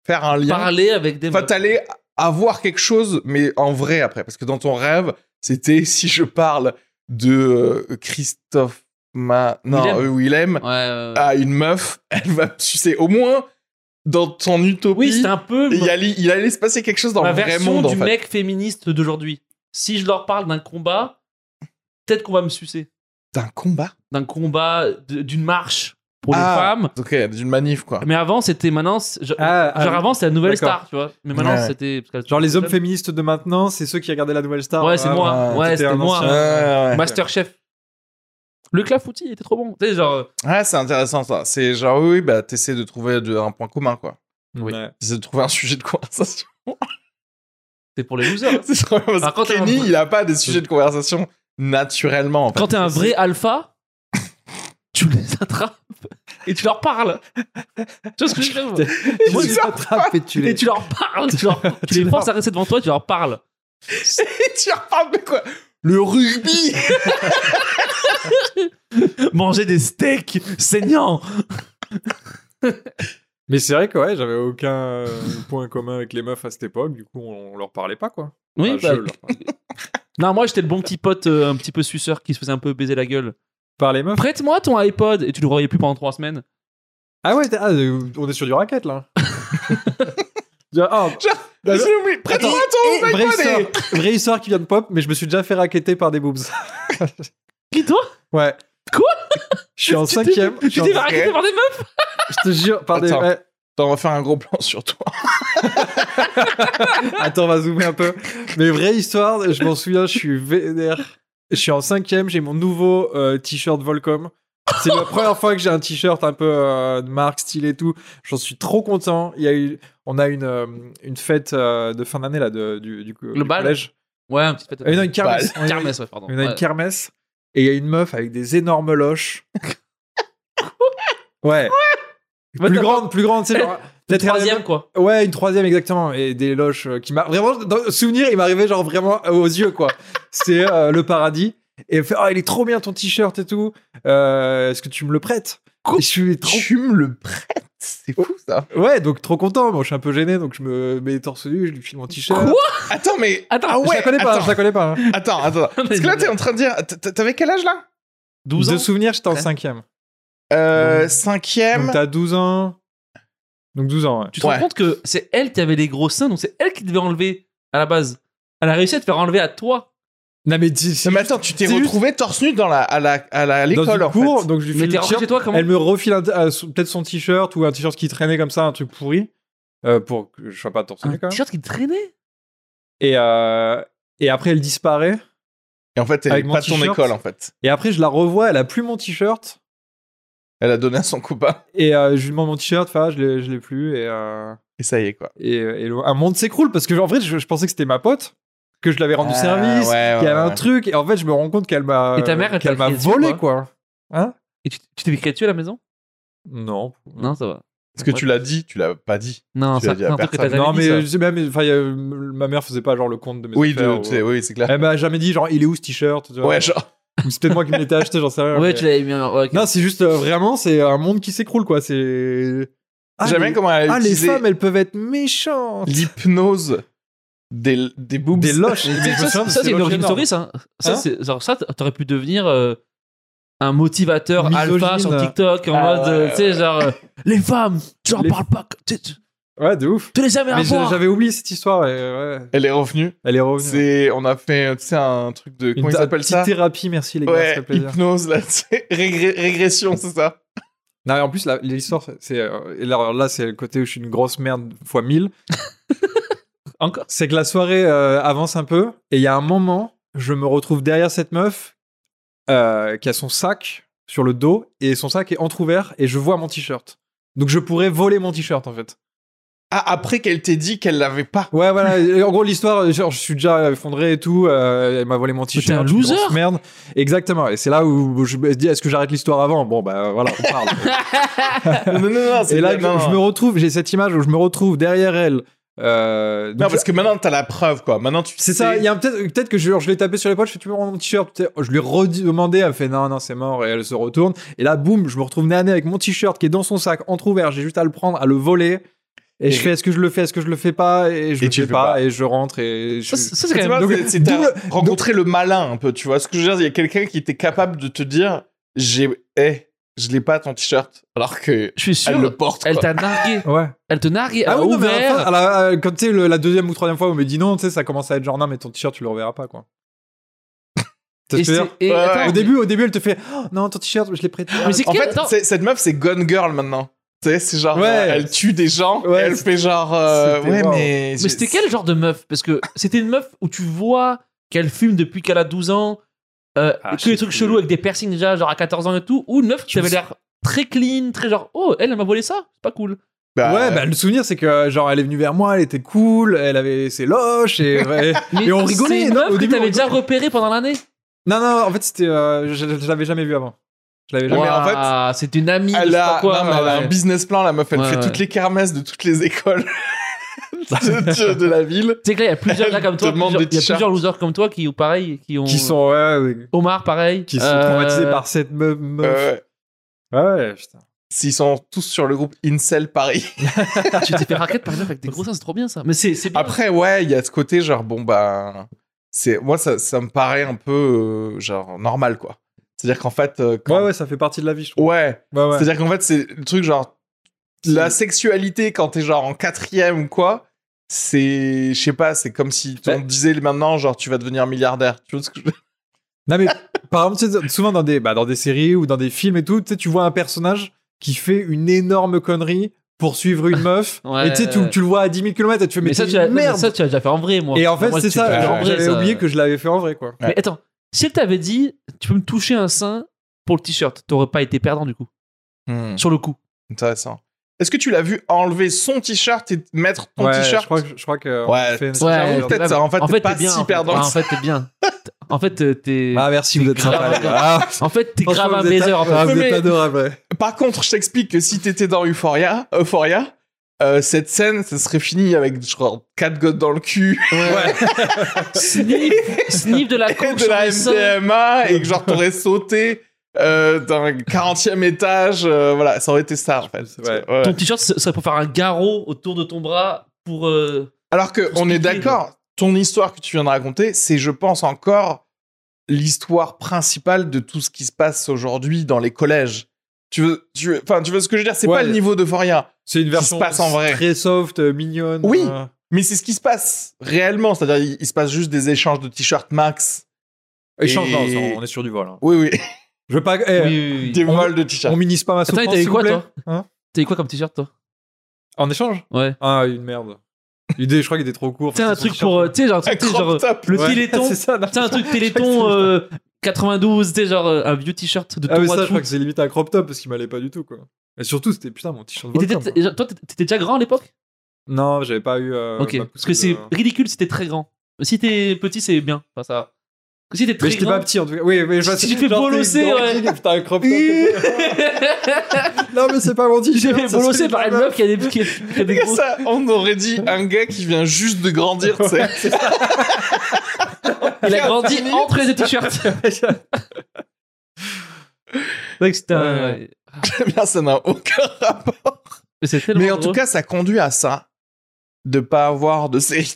S1: faire un lien
S2: Parler avec des
S1: enfin
S2: meufs.
S1: t'allais avoir quelque chose mais en vrai après parce que dans ton rêve c'était si je parle de euh, Christophe Ma non
S2: Willem.
S1: euh, Willem
S2: Ouais, ouais, ouais.
S1: à une meuf elle va me sucer au moins dans ton utopie
S2: Oui, c'était un peu
S1: il allait, il allait se passer quelque chose dans
S2: ma
S1: le vrai
S2: version
S1: monde en
S2: du
S1: fait.
S2: mec féministe d'aujourd'hui. Si je leur parle d'un combat, peut-être qu'on va me sucer.
S1: d'un combat
S2: D'un combat, de- d'une marche pour les
S1: Ah.
S2: femmes.
S1: ok d'une manif quoi
S2: Mais avant, c'était maintenant. c'est- Genre,
S3: Ah, ah,
S2: genre avant, c'était la nouvelle
S3: d'accord.
S2: star, tu vois. Mais maintenant,
S1: Ouais.
S2: c'était. parce que-
S3: Genre les hommes féministes de maintenant, c'est ceux qui regardaient la nouvelle star.
S2: Ouais, c'est
S3: Ah,
S2: moi.
S1: ouais,
S2: Ah, Ouais,
S3: t'étais
S2: c'était
S3: un
S2: moi.
S3: ancien.
S1: Ouais, ouais.
S2: Masterchef. Le clafoutis il était trop bon. Tu sais, genre. euh,
S1: Ah, c'est intéressant ça. C'est genre, oui, oui, bah, t'essaies de trouver de- un point commun, quoi.
S2: Oui.
S3: Ouais.
S1: T'essaies de trouver un sujet de conversation.
S2: C'est pour les losers. hein.
S1: c'est trop bien, parce
S2: Par
S1: que
S2: contre,
S1: Kenny,
S2: un-
S1: il a pas des sujets de conversation. naturellement. En fait.
S2: Quand t'es un vrai alpha, tu les attrapes et tu leur parles. Tu vois ce que je veux dire Moi,
S1: tu
S2: je-
S1: leur
S3: attrapes et tu
S2: Et
S3: les.
S2: tu leur parles. Tu, leur- tu les forces à rester devant toi, tu leur parles.
S1: Et tu reparles de quoi Le rugby
S2: Manger des steaks saignants.
S3: Mais c'est vrai que ouais, j'avais aucun euh, point commun avec les meufs à cette époque, du coup on, on leur parlait pas quoi.
S2: Oui,
S3: Enfin,
S2: bah,
S3: je leur parlais.
S2: Non, moi j'étais le bon petit pote euh, un petit peu suceur qui se faisait un peu baiser la gueule.
S3: Par les meufs.
S2: Prête-moi ton iPod et tu le voyais plus pendant trois semaines.
S3: Ah ouais, t'as- ah, euh, on est sur du racket là. Ah,
S1: Mais J'ai oublié. Prête-moi
S3: et-
S1: ton
S3: vraie,
S1: iPod et-
S3: histoire, vraie histoire qui vient de pop, mais je me suis déjà fait racketter par des boobs.
S2: Qui toi
S3: Ouais.
S2: Quoi
S3: Je suis en
S2: Tu t'es-
S3: cinquième. je
S2: Tu
S3: suis en-
S2: t'es fait raqueter par des meufs
S3: Je te jure, par des.
S1: Attends.
S3: ouais.
S1: Attends, on va faire un gros plan sur toi.
S3: Attends, on va zoomer un peu. Mais vraie histoire, je m'en souviens, je suis vénère. Je suis en cinquième, j'ai mon nouveau euh, t-shirt Volcom. C'est la première fois que j'ai un t-shirt un peu euh, de marque, style et tout. J'en suis trop content. Il y a eu, on a une, euh, une fête euh, de fin d'année là de, du, du, du
S2: bal
S3: collège.
S2: Ouais, un petit peu.
S3: Euh, non, une kermesse. On a-
S2: Kermesse, ouais, pardon.
S3: On a une
S2: Ouais.
S3: kermesse et il y a une meuf avec des énormes loches. ouais.
S2: What
S3: Plus
S2: the
S3: grande, plus grande, c'est genre. peut-être elle avait-
S2: Troisième quoi.
S3: Ouais, une troisième exactement, et des loches euh, qui m'a vraiment dans le souvenir, il m'arrivait genre vraiment euh, aux yeux quoi. C'est euh, le paradis. Et elle fait, ah, il est trop bien ton t-shirt et tout. Euh, Est-ce que tu me le prêtes
S2: Quoi
S3: Et je suis trop.
S1: Tu me le prêtes C'est fou ça.
S3: Ouais, donc trop content. Moi, je suis un peu gêné, donc je me mets torse nu, je lui file mon t-shirt.
S2: Quoi
S1: Attends, mais.
S2: Attends,
S1: ah
S3: Je
S1: ouais,
S3: la connais pas,
S1: attends,
S3: je la connais pas. hein.
S1: attends, attends. Parce que là, t'es en train de dire. t- t- T'avais quel âge là
S2: 12
S3: De
S2: ans.
S3: souvenir, j'étais en
S2: Ouais.
S3: cinquième.
S1: Euh.
S3: Donc
S1: Cinquième.
S3: t'as 12 ans. Donc 12 ans, ouais.
S2: Tu te rends
S1: Ouais.
S2: compte que c'est elle qui avait les gros seins, donc c'est elle qui devait enlever à la base. Elle a réussi à te faire enlever à toi.
S3: Non, mais dis-
S1: Non, mais attends, tu t'es
S3: C'est
S1: retrouvé torse nu dans la, à la, à la, à
S3: dans
S1: l'école
S3: une
S1: en
S3: cour,
S1: fait.
S3: donc je lui
S2: Mais
S3: file
S2: t'es
S3: le
S2: rentré
S3: t-shirt.
S2: chez toi comment
S3: Elle me refile un t- euh, son- peut-être son t-shirt ou un t-shirt qui traînait comme ça, un truc pourri, euh, pour que je sois pas torse nu
S2: Un
S3: quand même.
S2: t-shirt qui traînait
S3: Et, euh, et après, elle disparaît.
S1: Et en fait, elle
S3: Avec
S1: est
S3: mon
S1: pas de ton
S3: t-shirt.
S1: école en fait.
S3: Et après, je la revois, elle a plus mon t-shirt.
S1: Elle a donné à son copain.
S3: Et euh, je lui demande mon t-shirt, enfin, je l'ai, je l'ai plus. Et, euh,
S1: Et ça y est quoi.
S3: et, et le- un monde s'écroule parce que, en vrai, je, je pensais que c'était ma pote, que je l'avais rendu
S1: Ah,
S3: service,
S1: ouais, ouais,
S3: qu'il y avait
S1: ouais.
S3: un truc. Et en fait, je me rends compte qu'elle m'a,
S2: Et ta mère, elle
S3: qu'elle
S2: t'a
S3: m'a
S2: crié dessus,
S3: volé,
S2: quoi.
S3: quoi. Hein
S2: Et tu tu t'es fait crier dessus à la maison
S3: Non.
S2: Non, ça va.
S1: Est-ce que tu l'as dit Tu l'as pas dit.
S2: Non,
S1: Tu
S2: ça
S1: l'as dit à
S2: c'est un truc que t'as
S1: personne.
S2: jamais
S3: Non,
S2: dit,
S3: mais
S2: ça.
S3: je sais même, enfin, il y a- ma mère faisait pas genre le compte de mes
S1: Oui,
S3: affaires,
S1: de-
S3: ou- euh,
S1: tu sais, oui, c'est clair.
S3: Elle m'a jamais dit, genre, il est où ce t-shirt tu vois. euh,
S1: Ouais, genre.
S3: Ou c'est peut-être moi qui me l'étais acheté, j'en sais rien. mais-
S2: Ouais, tu l'avais mis. en- ouais, ok.
S3: euh, Non, c'est juste euh, vraiment, c'est un monde qui s'écroule, quoi. C'est. Ah,
S1: J'aime bien
S3: les...
S1: comment elle a
S3: ah, les
S1: utilisé
S3: femmes, elles peuvent être méchantes.
S1: l'hypnose des, des boobs.
S3: Des loches.
S2: Mais
S3: Mais je me
S2: ça,
S3: souviens
S2: ça,
S3: de ces
S2: c'est une
S3: loches
S2: origin
S3: énormes.
S2: story, ça. Ça,
S3: Hein
S2: c'est- genre, ça, t'aurais pu devenir euh, un motivateur alpha
S3: Misogyne.
S2: sur TikTok en
S1: Ah,
S2: mode, euh,
S1: ouais,
S2: tu sais, genre, euh, les femmes, tu leur
S3: Les-
S2: parles pas, que- tu tu-
S3: Ouais, de ouf.
S2: tu les as jamais à
S3: Mais j'a-
S2: voir.
S3: j'avais oublié cette histoire. Et, euh, ouais.
S1: Elle est revenue.
S3: Elle est revenue.
S1: C'est, on a fait, tu sais, un truc de, comment
S3: Une
S1: il
S3: ta-
S1: s'appelle
S3: petite
S1: ça
S3: thérapie, merci les gars, ça
S1: Ouais,
S3: fait plaisir.
S1: hypnose, là, tu sais, régré- régression, c'est ça
S3: Non, et en plus, la- l'histoire, c'est. euh, et là, là, c'est le côté où je suis une grosse merde fois 1000.
S2: Encore
S3: C'est que la soirée euh, avance un peu, et il y a un moment, je me retrouve derrière cette meuf euh, qui a son sac sur le dos, et son sac est entrouvert, et je vois mon t-shirt. Donc je pourrais voler mon t-shirt en fait.
S1: Ah, après qu'elle t'ait dit qu'elle l'avait pas.
S3: Ouais, voilà. et en gros, l'histoire, genre, je suis déjà effondré et tout. euh, elle m'a volé mon t-shirt.
S2: t'es un
S3: je suis une grosse
S2: loser.
S3: Merde. Exactement. Et c'est là où je me dis, est-ce que j'arrête l'histoire avant Bon, bah voilà, on parle.
S1: non, non, non, c'est
S3: et là,
S1: bien,
S3: je,
S1: non,
S3: je me
S1: non.
S3: retrouve, j'ai cette image où je me retrouve derrière elle. euh, donc
S1: Non, parce que maintenant, t'as la preuve, quoi. Maintenant, tu
S3: C'est
S1: sais-
S3: ça, il y a un- peut-être peut que je, je l'ai tapé sur l'épaule, je fais tu peux rendre mon t-shirt, peut-être- oh, je lui ai redemandé, elle me fait non, non, c'est mort, et elle se retourne, et là, boum, je me retrouve nez à nez avec mon t-shirt qui est dans son sac, entrouvert, j'ai juste à le prendre, à le voler, et,
S1: Et-
S3: je fais est-ce que je le fais, est-ce que je le fais pas, et je
S1: Et
S3: le
S1: tu
S3: fais
S1: le fais
S3: pas,
S1: pas.
S3: et je rentre, et je...
S2: Ça, c'est- ça, c'est
S1: Tu
S2: quand
S1: vois,
S2: même.
S3: donc,
S1: c'est- c'est t'as
S3: double-
S1: rencontré le malin, un peu, tu vois. Ce que je veux dire, il y a quelqu'un qui était capable de te dire, j'ai, eh, je l'ai pas ton t-shirt, alors que
S2: Je suis
S1: elle
S2: sûr,
S1: le porte,
S2: elle
S1: quoi.
S2: t'a nargué.
S3: Ouais.
S2: Elle te nargue, elle a
S3: Ah oui, non, mais à la fin,
S2: ouvert.
S3: à la- euh, quand tu sais, le- la deuxième ou troisième fois, on me dit non, tu sais, ça commence à être genre non, mais ton t-shirt, tu le reverras pas, quoi. Tu vois
S2: Et
S3: ce que je
S2: c'est-
S3: veux dire
S2: et
S1: Ouais,
S2: attends,
S1: ouais,
S3: Au début, au début, elle te fait Oh, non, ton t-shirt, je l'ai prêté.
S2: Mais c'est
S1: En
S2: quel-
S1: fait,
S2: attends,
S1: c'est- cette meuf, c'est Gone Girl maintenant. Tu sais, c'est genre,
S3: Ouais.
S1: euh, elle tue des gens,
S3: Ouais,
S1: elle
S3: c'était-
S1: fait genre, euh,
S3: c'était
S1: ouais,
S3: wow.
S1: mais.
S2: Mais c'était quel genre de meuf Parce que c'était une meuf où tu vois qu'elle fume depuis qu'elle a 12 ans, euh,
S3: Ah, je
S2: que
S3: sais
S2: les trucs
S3: plus.
S2: chelous avec des piercings déjà, genre à 14 ans et tout, ou une meuf qui
S3: Je me
S2: avait l'air très clean, très genre, oh, elle, elle m'a volé ça, c'est pas cool.
S1: Bah,
S2: Euh,
S3: ouais, bah, le souvenir, c'est que genre elle est venue vers moi, elle était cool, elle avait ses loches et, et on
S2: C'est
S3: rigolait.
S2: une
S3: non,
S2: meuf
S3: au
S2: que
S3: début, on
S2: t'avais déjà
S3: rigolait.
S2: repérée pendant l'année.
S3: Non, non, en fait, c'était. euh, je je- je l'avais jamais vu avant. Je l'avais jamais
S1: Ouais, mais en
S2: Ouah, c'est une amie. je
S1: Elle
S2: sais
S1: a,
S2: pas quoi,
S1: non, mais elle a
S2: ouais.
S1: un business plan, la meuf. Elle
S2: Ouais,
S1: fait
S2: ouais.
S1: toutes les kermesses de toutes les écoles de, de- de la ville.
S2: Tu sais que là, il y a plusieurs gars comme toi,
S1: Elle demande
S2: plusieurs- il
S1: des
S2: y a
S1: t-shirts.
S2: plusieurs losers comme toi qui, pareil, qui ont.
S3: Qui sont, ouais, ouais,
S2: Omar, pareil.
S3: qui sont
S2: Euh,
S3: traumatisés par cette me-
S2: Bah,
S3: meuf.
S1: Euh,
S3: Ouais, putain.
S1: S'ils sont tous sur le groupe Incel Paris.
S2: Tu t'es fait raquette par exemple avec des gros seins, c'est trop bien ça. Mais c'est c'est bien.
S1: Après, ouais, il y a ce côté, genre, bon, bah. c'est Moi, ça, ça me paraît un peu, euh, genre, normal, quoi. C'est-à-dire qu'en fait. euh, quand-
S3: Ouais, ouais, ça fait partie de la vie, je trouve.
S1: ouais.
S3: Ouais, ouais.
S1: C'est-à-dire qu'en fait, c'est le truc genre. La sexualité, quand t'es genre en quatrième ou quoi, c'est. Je sais pas, c'est comme si on
S3: Ouais.
S1: te disait maintenant, genre, tu vas devenir milliardaire. Tu vois ce que je-
S3: Non mais par exemple, tu sais, souvent dans des, bah, dans des séries ou dans des films et tout, tu sais, tu vois un personnage qui fait une énorme connerie pour suivre une meuf.
S2: Ouais.
S3: et tu sais, tu, tu le vois à 10 000 km et tu fais mais,
S2: mais ça,
S3: t'es
S2: tu
S3: une
S2: as, non, mais
S3: merde.
S2: ça, tu as déjà fait en vrai, moi.
S3: et en fait,
S2: Moi,
S3: c'est
S2: tu l'as
S3: ça.
S2: fait en
S1: euh,
S2: vrai,
S3: J'avais
S2: ça.
S3: oublié que je l'avais fait en vrai, quoi.
S2: Mais attends, si elle t'avait dit, tu peux me toucher un sein pour le t-shirt, t'aurais pas été perdant du coup.
S3: Hmm.
S2: Sur le coup.
S1: Intéressant. Est-ce que tu l'as vu enlever son t-shirt et mettre ton
S3: Ouais, je
S1: t-shirt
S3: crois que je crois que on
S1: Ouais,
S3: fait une-
S2: ouais,
S1: peut-être ça. En fait, t'es pas
S2: bien,
S1: si
S2: en fait.
S1: perdant.
S2: Ah, En fait, t'es bien. En fait, euh, t'es.
S3: Ah merci, vous êtes
S2: grave,
S3: sympa. Ah,
S2: quoi. En fait, t'es grave un
S3: vous êtes,
S2: baiser. En fait.
S3: ah, vous
S1: Mais-
S3: êtes adorable. ouais.
S1: Par contre, je t'explique que si t'étais dans Euphoria, Euphoria euh, cette scène, ça serait fini avec genre 4 godes dans le cul
S2: Sniff, sniff de la
S1: et
S2: coke
S1: de
S2: sur
S1: la
S2: les seins.
S1: MDMA et que genre t'aurais sauté euh, d'un 40e étage. euh, voilà, ça aurait été ça en fait.
S3: Ouais.
S1: Ouais.
S2: Ton t-shirt, ce serait pour faire un garrot autour de ton bras pour. euh,
S1: Alors que
S2: Pour
S1: on est
S2: expliquer,
S1: d'accord, ton histoire que tu viens de raconter, c'est je pense encore l'histoire principale de tout ce qui se passe aujourd'hui dans les collèges. Tu veux, tu veux, enfin, tu veux ce que je veux dire, c'est
S3: Ouais.
S1: pas le niveau de Foria,
S3: C'est une
S1: Qui se
S3: version
S1: passe en vrai.
S3: très soft, euh, mignonne.
S1: Oui.
S3: euh,
S1: mais c'est ce qui se passe réellement, c'est-à-dire il, il se passe juste des échanges de t-shirts max.
S3: Échange,
S1: Et-
S3: non, on est sur du vol. hein.
S1: Oui, oui,
S3: Je veux pas. eh,
S2: oui, oui, oui.
S1: des
S3: On-
S1: vols de t-shirts.
S3: On minise pas ma
S2: Attends,
S3: souffrance.
S2: t'avais
S3: s'il
S2: quoi,
S3: vous plaît.
S2: toi
S3: Hein
S2: T'as eu quoi comme t-shirt, toi
S3: En échange
S2: Ouais.
S3: Ah, une merde. Il est- je crois qu'il était trop court.
S2: T'as un
S3: Parce que
S2: truc
S3: son
S2: pour. euh,
S3: t-shirt-
S2: Tu sais, genre, tu
S1: Un
S2: sais,
S1: crop
S2: genre.
S1: top.
S2: Le
S3: Ouais.
S2: téléthon.
S3: c'est ça, non.
S2: T'as un truc téléthon euh, 92, tu sais, genre euh, un vieux t-shirt de
S3: Ah,
S2: ton
S3: mais
S2: mois
S3: ça,
S2: de
S3: je crois
S2: foot.
S3: que c'est limite un crop top parce qu'il m'allait pas du tout, quoi. Et surtout, c'était putain mon t-shirt.
S2: Et
S3: Volcom,
S2: t'étais-
S3: quoi.
S2: t'étais- toi, t'étais déjà grand à l'époque
S3: hein. Non, j'avais pas eu. euh,
S2: Ok,
S3: ma poussée
S2: parce que c'est
S3: de-
S2: ridicule si t'es très grand. Si t'es petit, c'est bien. Enfin, ça va. Si t'es
S3: Mais
S2: très
S3: j'étais pas
S2: grand.
S3: petit en tout cas. Oui, mais je
S2: Si tu te fais
S3: genre, t'es
S2: bolosser,
S3: dans le
S2: ouais.
S3: jean et Putain, un crop top.
S2: J'ai
S3: non, mais c'est pas mon t-shirt.
S2: fait
S3: ça,
S2: bolosser
S3: c'est
S2: par
S3: de
S2: une
S3: la
S2: meuf qui a des, qui a- qui a des
S1: Regarde
S2: gros.
S1: ça, on aurait dit un gars qui vient juste de grandir, tu sais.
S2: Il a grandi entre les t-shirts. Donc c'était un-
S1: Bien, ça n'a aucun rapport.
S2: Mais c'est tellement
S1: Mais en tout
S2: drôle.
S1: cas, ça conduit à ça, de pas avoir de série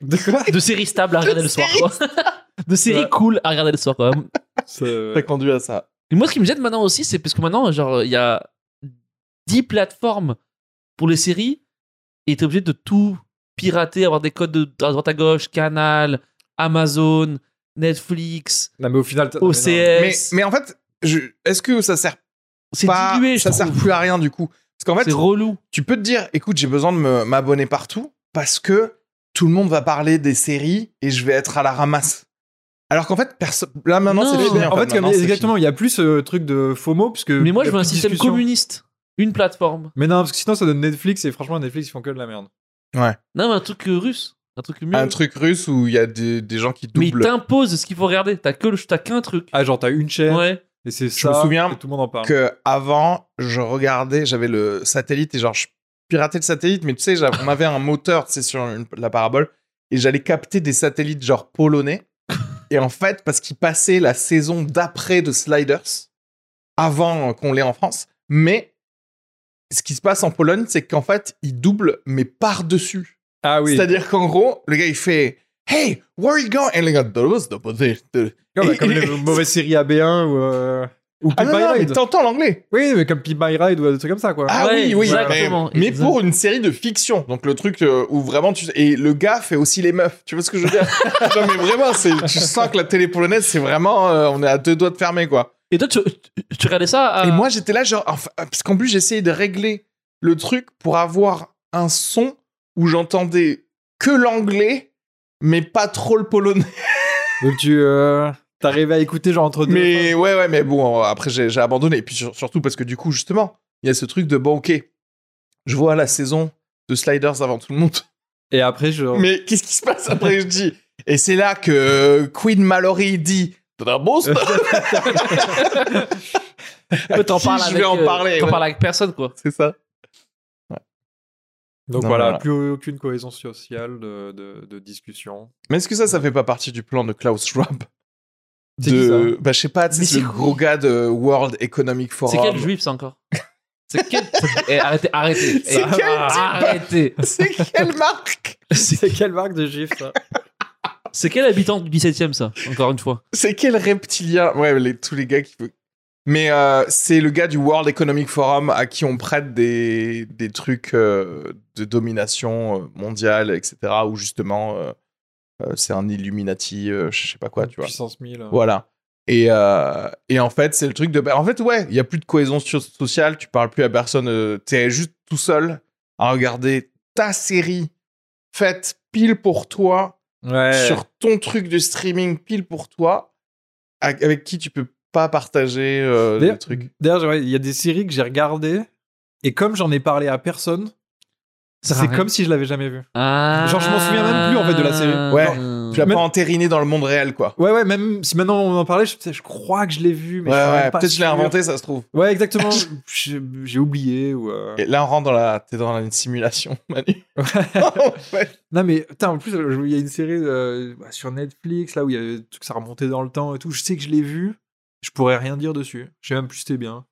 S3: De quoi
S2: De séries stables à regarder le soir, quoi. De séries
S3: Ouais.
S2: cool à regarder le soir, quoi.
S1: Ça conduit à ça.
S2: Et moi, ce qui me gêne maintenant aussi, c'est parce que maintenant, genre, il y a 10 plateformes pour les séries et t'es obligé de tout pirater, avoir des codes de à droite à gauche, Canal, Amazon, Netflix,
S3: Non, mais au final. t'as- non, mais
S2: OCS.
S3: non.
S1: Ah, Mais, mais en fait, je... est-ce que ça sert
S2: C'est
S1: pas
S2: dilué, je
S1: Ça sert
S2: trouve.
S1: plus à rien du coup. Parce qu'en fait,
S2: C'est relou.
S1: tu peux te dire, écoute, j'ai besoin de me- m'abonner partout parce que tout le monde va parler des séries et je vais être à la ramasse. Alors qu'en fait, perso- là maintenant,
S2: Non.
S1: c'est fini.
S3: En fait, comme-
S1: maintenant, c'est
S3: exactement, il y a plus ce truc de FOMO puisque.
S2: Mais moi,
S3: il y
S2: je
S3: a
S2: veux un
S3: plus de
S2: système
S3: discussion.
S2: communiste. Une plateforme.
S3: Mais non, parce que sinon, ça donne Netflix et franchement, Netflix, ils font que de la merde.
S2: Non, mais un truc euh, russe. Un truc mieux.
S1: fini. Un truc russe où il y a des, des gens qui
S2: mais il
S1: doublent.
S2: t'impose ce qu'il faut regarder. T'as que le- t'as qu'un truc.
S3: Ah, genre, t'as une chaîne
S2: Ouais.
S3: et c'est
S1: Je
S3: ça.
S1: me souviens
S3: et tout le monde en parle.
S1: que avant, je regardais, j'avais le satellite et genre je piratais le satellite, mais tu sais, j'avais- on avait un moteur, tu sais, sur une- la parabole, et j'allais capter des satellites genre polonais. Et en fait, parce qu'ils passaient la saison d'après de Sliders, avant qu'on l'ait en France, mais ce qui se passe en Pologne, c'est qu'en fait, ils doublent, mais par-dessus.
S3: Ah oui.
S1: C'est-à-dire qu'en gros, le gars, il fait Hey, where are you going? Et le gars,
S3: Comme, comme les mauvaises séries AB1 ou. euh, Ou
S1: Ah
S3: Pimp
S1: non,
S3: My
S1: non, mais
S3: Ride.
S1: t'entends l'anglais.
S3: Oui, mais comme Pimp My Ride ou des trucs comme ça, quoi.
S1: Ah
S2: Ouais,
S1: oui, oui, mais,
S2: exactement,
S1: mais
S2: exactement.
S1: pour une série de fiction. Donc le truc euh, où vraiment tu et le gars fait aussi les meufs. Tu vois ce que je veux dire Non mais vraiment, c'est tu sens que la télé polonaise, c'est vraiment euh, on est à deux doigts de fermer quoi.
S2: Et toi, tu, tu- tu regardais ça à-
S1: Et moi j'étais là genre enfin, parce qu'en plus j'essayais de régler le truc pour avoir un son où j'entendais que l'anglais mais pas trop le polonais.
S3: Donc tu euh, t'arrives à écouter genre entre deux.
S1: Mais ouais ouais mais bon après j'ai j'ai abandonné et puis sur- surtout parce que du coup justement, il y a ce truc de bon OK. Je vois la saison de Sliders avant tout le monde.
S3: Et après je.
S1: Mais qu'est-ce qui se passe après Je dis, Et c'est là que euh, Queen Mallory dit T'as bon ça À
S2: T'en
S1: qui
S2: parles
S1: je
S2: avec,
S1: vais en
S2: euh,
S1: parler.
S2: T'en
S1: ouais.
S2: parles avec personne, quoi.
S1: C'est ça.
S3: Donc
S1: Non,
S3: voilà,
S1: voilà.
S3: plus aucune cohésion sociale de, de- de discussion.
S1: Mais est-ce que ça, ça fait pas partie du plan de Klaus Schwab
S3: C'est
S1: de... Bah, je sais pas, tu sais,
S2: Mais
S1: c'est
S2: c'est
S1: le
S2: qui
S1: gros gars de World Economic Forum.
S2: C'est quel juif, ça, encore C'est quel. Eh, arrêtez, arrêtez.
S1: C'est
S2: Eh,
S1: quel type Ah.
S2: Arrêtez.
S1: C'est quelle marque
S3: C'est quelle marque de gif ça
S2: C'est quel habitant du 17ème, ça Encore une fois.
S1: C'est quel reptilien Ouais, les- tous les gars qui veulent. Mais euh, c'est le gars du World Economic Forum à qui on prête des, des trucs euh, de domination euh, mondiale, etc. Où justement, euh, euh, c'est un Illuminati, euh, je sais pas quoi, tu vois.
S3: Puissance 1000. euh.
S1: Voilà. Et, euh, et en fait, c'est le truc de. bah, En fait, ouais, il n'y a plus de cohésion so- sociale, tu parles plus à personne, euh, t'es juste tout seul à regarder ta série faite pile pour toi
S3: Ouais.
S1: sur euh, ton truc de streaming pile pour toi, a- avec qui tu peux pas partager euh, des
S3: D'ailleurs-
S1: trucs.
S3: D'ailleurs, j'aurais- il y a des séries que j'ai regardées et comme j'en ai parlé à personne,
S2: Ça sert à
S3: c'est
S2: rien.
S3: comme si je l'avais jamais vu.
S2: Ah.
S3: Genre, je m'en souviens même plus, en fait, de la série.
S1: Ouais.
S2: Genre,
S1: Tu l'as
S3: même-
S1: pas entériné dans le monde réel, quoi.
S3: Ouais, ouais, même si maintenant on en parlait, je, je crois que je l'ai vu, mais
S1: ouais,
S3: je suis
S1: ouais,
S3: même pas
S1: peut-être que je l'ai
S3: sûr.
S1: inventé, ça se trouve.
S3: Ouais, exactement. J'ai j'ai oublié ou. euh,
S1: Et là, on rentre dans la. T'es dans une simulation, Manu. Ouais.
S3: Non, mais putain, en plus, je- il y a une série euh, bah, sur Netflix là où il y avait tout que ça remontait dans le temps et tout. Je sais que je l'ai vu, je pourrais rien dire dessus. Je sais même plus si c'était bien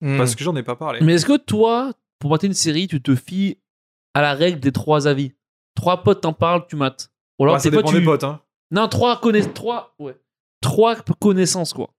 S1: Hmm.
S3: parce que j'en ai pas parlé.
S2: Mais est-ce que toi, pour mater une série, tu te fies à la règle des trois avis Trois potes t'en parlent, tu mates. Ou alors
S3: Bah, ça
S2: tes potes,
S3: dépend
S2: tu-
S3: des potes, hein.
S2: Non, trois connaissances. Trois, ouais. trois connaissances, quoi.